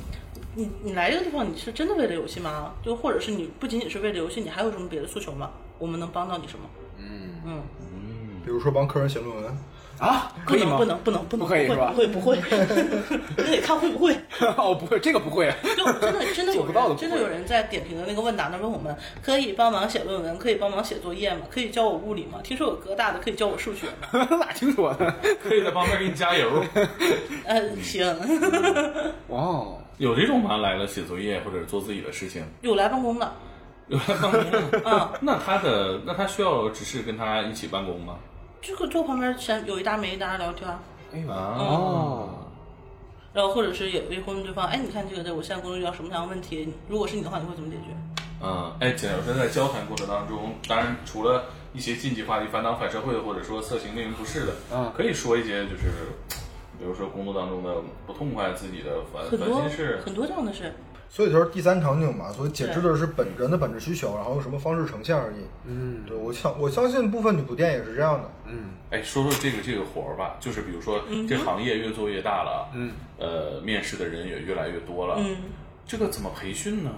E: 你你来这个地方，你是真的为了游戏吗？就或者是你不仅仅是为了游戏，你还有什么别的诉求吗？我们能帮到你什么？
D: 嗯
E: 嗯，
C: 比如说帮客人写论文，
D: 啊，
E: 不
D: 可以
E: 能
D: 吗？
E: 不能不能不能
D: 不可以
E: 会
D: 是吧
E: 不会不会， 那得看会不会。
D: 哦，不会，这个不 会。
E: 就真的真的有
D: 做不到的
E: 人
D: 不
E: 真的
D: 会
E: 有人在点评的那个问答那问我们，可以帮忙写论文，可以帮忙写作业吗？可以教我物理吗？听说有哥大的可以教我数学吗？
D: 哪听说的？
B: 可以在旁边给你加 油。
E: 呃，行，
D: 哇哦，
B: 有这种吗？来了写作业或者做自己的事情，
E: 有来办公的，嗯啊，
B: 那他的那他需要只是跟他一起办公吗？
E: 这个坐旁边全有一搭没一搭聊天儿。
D: 哎呦，
B: 哦，
E: 然后或者是也也会问对方，哎，你看这个，对我现在工作遇到什么样的问题？如果是你的话，你会怎么解决？
B: 嗯，哎，简老师在交谈过程当中，当然除了一些禁忌话题、反党、反社会或者说色情、令人不适的，
D: 嗯
B: 可以说一些就是，比如说工作当中的不痛快、自己的烦
E: 很
B: 烦
E: 多
B: 呃心事。
E: 很多这样的事，
C: 所以就是第三场景嘛，所以解释的是本人的本质需求，然后用什么方式呈现而已。嗯，对我想我相信部分女仆店也是这样的。
B: 哎，说说这个这个活儿吧，就是比如说
E: 嗯
B: 这行业越做越大了，嗯，呃，面试的人也越来越多了，
E: 嗯，
B: 这个怎么培训呢？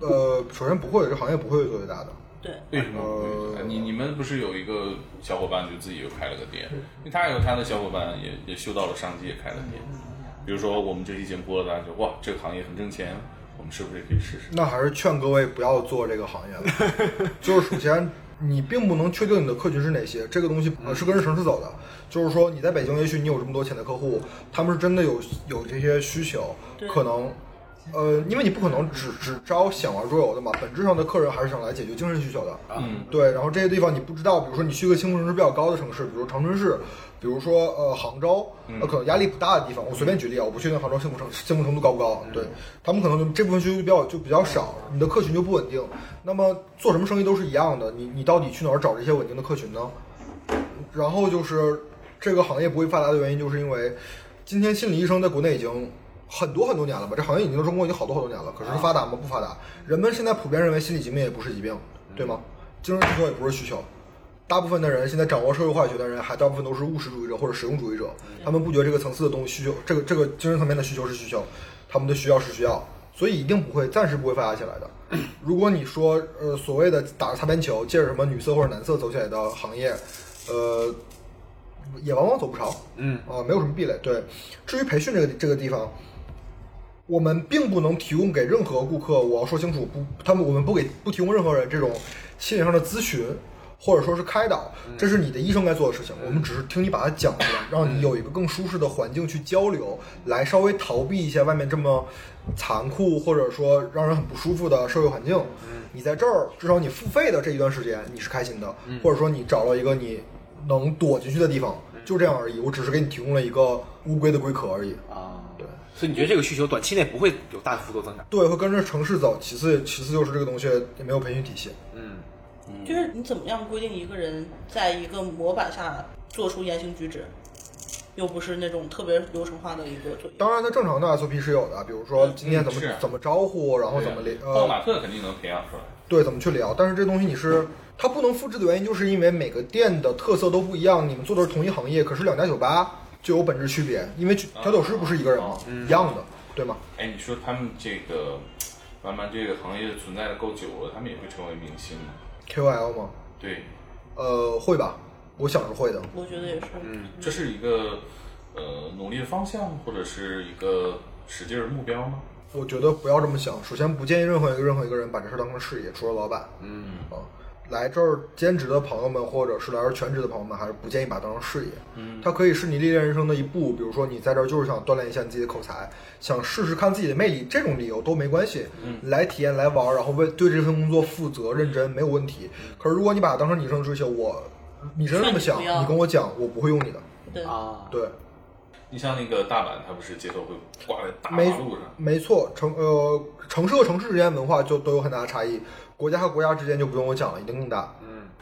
C: 呃，首先不会，这行业不会越做越大的。
E: 对，
B: 为什么不会？你你们不是有一个小伙伴就自己又开了个店，因为他有他的小伙伴也也嗅到了商机，也开了店。比如说我们这期节目播了，大家就哇，这个行业很挣钱，我们是不是也可以试试？
C: 那还是劝各位不要做这个行业了。就是首先，你并不能确定你的客群是哪些，这个东西呃是跟着城市走的。就是说，你在北京，也许你有这么多潜在客户，他们是真的有有这些需求，可能。呃，因为你不可能只只招想玩桌游的嘛，本质上的客人还是想来解决精神需求的。啊
B: 嗯，
C: 对，然后这些地方你不知道，比如说你去一个轻度城市比较高的城市，比如长春市，比如说呃杭州，呃可能压力不大的地方，我随便举例啊，我不确定杭州幸福程幸福程度高不高，对他们可能就这部分需求就比较就比较少，你的客群就不稳定。那么做什么生意都是一样的，你你到底去哪儿找这些稳定的客群呢？然后就是这个行业不会发达的原因，就是因为今天心理医生在国内已经很多很多年了吧？这行业已经在中国已经好多好多年了，可是发达吗？不发达。人们现在普遍认为心理疾病也不是疾病，对吗？精神需求也不是需求。大部分的人现在掌握社会化学的人，还大部分都是务实主义者或者实用主义者，他们不觉得这个层次的东西需求，这个这个精神层面的需求是需求，他们的需要是需要，所以一定不会，暂时不会发达起来的。如果你说呃所谓的打着擦边球，借着什么女色或者男色走起来的行业，呃，也往往走不长，
D: 嗯
C: 啊、没有什么壁垒。对，至于培训这个这个地方，我们并不能提供给任何顾客，我要说清楚，不，他们我们不给不提供任何人这种心理上的咨询，或者说是开导，这是你的医生该做的事情。我们只是听你把它讲出来，让你有一个更舒适的环境去交流，来稍微逃避一下外面这么残酷或者说让人很不舒服的社会环境。你在这儿，至少你付费的这一段时间你是开心的，或者说你找到一个你能躲进去的地方，就这样而已。我只是给你提供了一个乌龟的龟壳而已。
D: 啊，
C: 对。
D: 所以你觉得这个需求短期内不会有大幅度增长？
C: 对，会跟着城市走。其次，其次就是这个东西也没有培训体系。
D: 嗯，
E: 就是你怎么样规定一个人在一个模板下做出言行举止，又不是那种特别流程化的一个作业。
C: 当然，它正常的 SOP 是有的，比如说今天怎
B: 嗯
C: 么、
B: 是
C: 怎么招呼，然后怎么
B: 对
C: 聊
B: 啊，鲍
C: 呃，
B: 马特肯定能培养出来。
C: 对，怎么去聊。但是这东西你是它不能复制的原因，就是因为每个店的特色都不一样。你们做的是同一行业，可是两家酒吧就有本质区别，因为
B: 啊
C: 调酒师不是一个人嘛，
B: 嗯
C: 一样的，对吗？
B: 哎，你说他们这个慢慢这个行业存在的够久了，他们也会成为明星吗？
C: KOL 吗？
B: 对，
C: 呃，会吧，我想是会的。
E: 我觉得也是，
B: 这是一个呃努力的方向，或者是一个使劲儿的目标吗？
C: 我觉得不要这么想。首先，不建议任何一个任何一个人把这事儿当成事业，除了老板。嗯啊，来这儿兼职的朋友们，或者是来这儿全职的朋友们，还是不建议把它当成事业。嗯，它可以是你历练人生的一步。比如说，你在这儿就是想锻炼一下你自己的口才，想试试看自己的魅力，这种理由都没关系。嗯，来体验来玩儿，然后为对这份工作负责认真没有问题。可是，如果你把它当成你一生追求，我你真这么想，
E: 劝你不要
C: 你跟我讲，我不会用你的。
E: 对，
D: 啊，
C: 对，
B: 你像那个大阪，它不是街头会挂在大马
C: 没
B: 路上，
C: 没错，城呃城市和城市之间文化就都有很大的差异，国家和国家之间就不用我讲了，一定更大。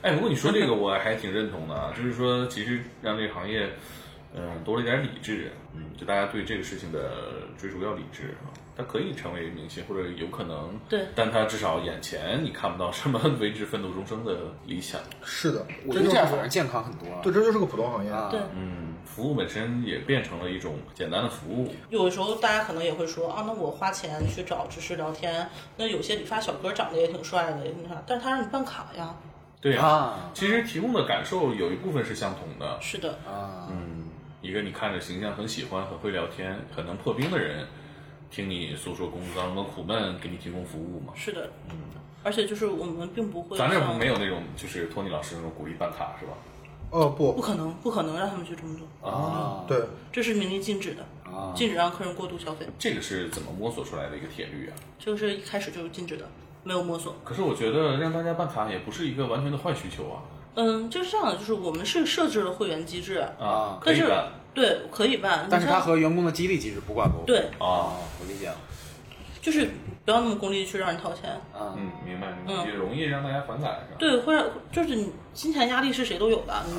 B: 哎，不过你说这个我还挺认同的啊，就是说其实让这个行业，嗯、多了一点理智，嗯，就大家对这个事情的追逐要理智啊。他可以成为明星，或者有可能，
E: 对
B: 但他至少眼前你看不到什么 为之奋斗终生的理想。
C: 是的，
D: 我
C: 这就
D: 觉得
C: 是
D: 这样反而健康很多啊。
C: 对，这就是个普通行业。
D: 啊，
E: 对
B: 嗯，服务本身也变成了一种简单的服务，
E: 有时候大家可能也会说啊，那我花钱去找知识聊天，那有些理发小哥长得也挺帅的，也挺啥，但是他让你办卡呀，
B: 对呀、
D: 啊
B: 其实提供的感受有一部分是相同的，
E: 是的，
D: 啊，
B: 嗯，一个你看着形象很喜欢、很会聊天、很能破冰的人，听你诉说工作当中的苦闷，给你提供服务嘛。
E: 是的，嗯，而且就是我们并不会像，
B: 咱这儿没有那种就是托尼老师那种鼓励办卡是吧？
C: 哦
E: 不
C: 不，
E: 可能，不可能让他们去这么做，
D: 啊，
C: 对，
E: 这是明令禁止的，
D: 啊，
E: 禁止让客人过度消费，
B: 这个是怎么摸索出来的一个铁律啊？
E: 这个是一开始就是禁止的，没有摸索。
B: 可是我觉得让大家办卡也不是一个完全的坏需求啊
E: 嗯，就是这样的，就是我们是设置了会员机制，
B: 啊，可
E: 但
B: 以
E: 是
B: 办
E: 对可以办，
D: 但是
E: 嗯你
D: 它
E: 像
D: 和员工的激励机制不挂钩。
E: 对，
B: 啊，
D: 啊，我理解了。
E: 就是不要那么功利去让人掏钱，
D: 啊，
B: 嗯，明白，明白
E: 嗯
B: 也容易让大家反感是吧？
E: 对，会让就是你金钱压力是谁都有的，你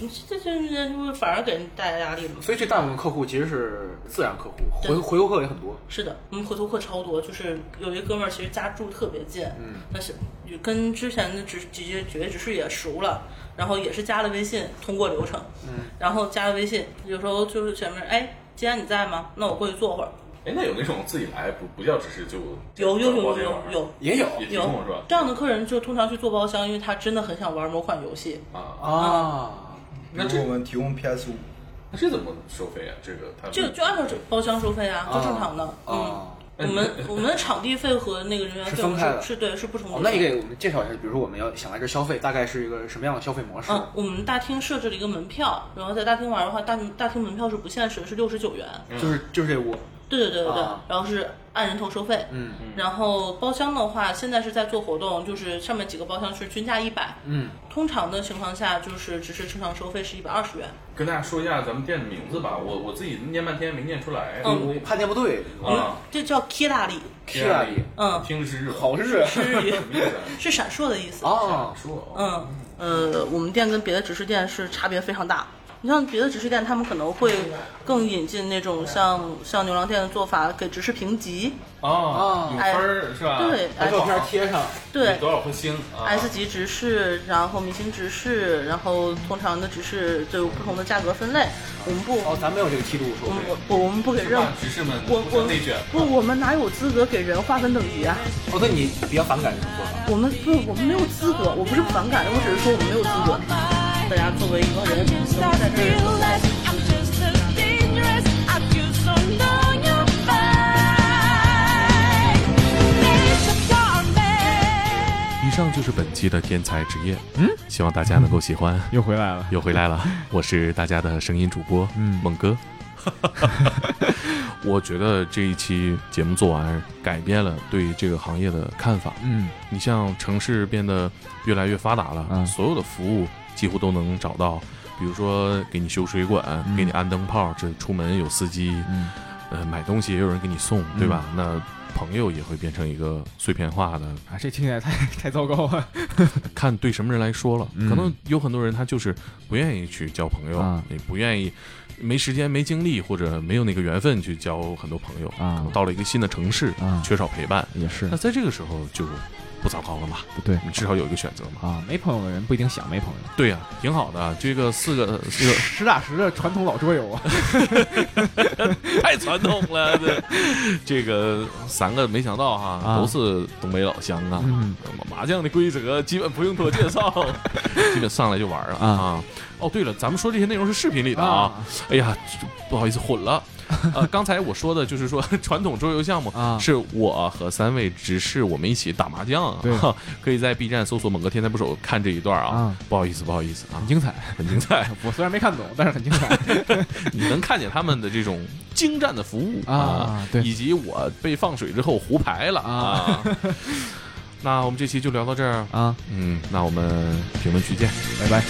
E: 你你这这这就是反而给人带来压力嘛。
D: 所以这大部分客户其实是自然客户，
E: 对
D: 回回头客也很多。
E: 是的，我们回头客超多，就是有一哥们儿其实家住特别近，嗯，但是就跟之前的直直接几位执事也熟了，然后也是加了微信，通过流程，嗯，然后加了微信，有时候就是前面哎，今天你在吗？那我过去坐会儿，
B: 哎，那有那种自己来不不叫只是就
E: 有有
B: 转播这玩意
E: 有有有
B: 儿
E: 有。
D: 也有
B: 也提
E: 有
B: 供是吧？
E: 这样的客人就通常去做包厢，因为他真的很想玩某款游戏。
B: 啊，
D: 啊，
C: 那这我们提供 PS 五，
B: 那这怎么收费啊？这个他们
E: 就就按照这包厢收费啊，就正常的。
D: 啊
E: 嗯，我们我们的场地费和那个人员费
D: 是分开的
E: 是对是不重叠
D: 哦
E: 的。，
D: 那你给我们介绍一下，比如说我们要想来这消费，大概是一个什么样的消费模式？
E: 嗯，我们大厅设置了一个门票，然后在大厅玩的话，大大厅门票是不限时，是六十九元。
D: 就是就是这屋。
E: 对对对对对，
D: 啊
E: 然后是按人头收费。
D: 嗯
E: 然后包厢的话，现在是在做活动，就是上面几个包厢是均价一百。
D: 嗯，
E: 通常的情况下，就是只是正常收费是一百二十元。
B: 跟大家说一下咱们店的名字吧，我我自己念半天没念出来。
E: 嗯
D: 怕念不对
B: 啊，
E: 这叫 Kira 里，
D: ，Kira 里
E: 嗯
B: 听着是日文
D: 啊好 日
E: 是 日语
B: 什么意思啊？
E: 是闪烁的意思。
D: 啊，
B: 说哦
E: 嗯，呃，我们店跟别的直视店是差别非常大。你像别的直视店，他们可能会更引进那种像像牛郎店的做法，给直视评级，
B: 啊，有
E: 哎
B: 分儿是吧？
E: 对
D: 把
E: 哎
D: 照片贴上。
E: 对哎
B: 多少颗星啊
E: S 级直视，然后明星直视，然后通常的直视就有不同的价格分类。我们不，
D: 哦，咱没有这个梯度收
E: 我们
D: 费。
E: 我我们不给
B: 是
E: 任
B: 吧？执事们
E: 我
B: 互
E: 我
B: 相内卷，
E: 不，我们哪有资格给人划分等级啊？
D: 哦，那你比较反感这种做法。
E: 我们不，我们没有资格，我不是反感，我只是说我们没有资格。大家作为一个人，我们在这儿。
A: 以上就是本期的天才职业，嗯，希望大家能够喜欢。
F: 又回来了。
A: 又回来了，我是大家的声音主播，
F: 嗯
A: 猛哥。我觉得这一期节目做完，改变了对这个行业的看法。
F: 嗯，
A: 你像城市变得越来越发达了，
F: 嗯
A: 所有的服务几乎都能找到，比如说给你修水管，
F: 嗯
A: 给你安灯泡，这出门有司机，
F: 嗯
A: 呃，买东西也有人给你送，对吧？那
B: 朋友也会变成一个碎片化的，
F: 啊，这听起来太太糟糕了。
B: 看对什么人来说了。
F: 嗯
B: 可能有很多人他就是不愿意去交朋友，
F: 啊
B: 也不愿意。没时间、没精力，或者没有那个缘分去交很多朋友
F: 啊
B: 可能到了一个新的城市，
F: 啊
B: 缺少陪伴，
F: 也是
B: 那，在这个时候就不糟糕了嘛，
F: 不对
B: 你至少有一个选择嘛。
F: 啊，没朋友的人不一定想没朋友。
B: 对呀、挺好的啊。这个四个四个
F: 实打实的传统老桌游啊，
B: 太传统了，对，这个三个没想到哈，
F: 啊
B: 都是东北老乡啊。
F: 嗯
B: 麻将的规则基本不用多介绍， 基本上来就玩了
F: 啊
B: 啊。哦，对了，咱们说这些内容是视频里的啊。哎呀，不好意思，混了。呃， 刚才我说的就是说 传统桌游项目
F: 啊
B: 是我和三位执事我们一起打麻将啊
F: 对，
B: 哈 可以在 B 站搜索“猛哥天才捕手”看这一段啊
F: 啊。
B: 不好意思，不好意思啊
F: 很，精彩。
B: 很精彩，
F: 我虽然没看懂，但是很精彩
B: 你能看见他们的这种精湛的服务
F: 啊对
B: 以及我被放水之后胡牌了啊
F: 啊。
B: 那我们这期就聊到这儿，
F: 啊！
B: 嗯，那我们评论区见。
F: 拜拜。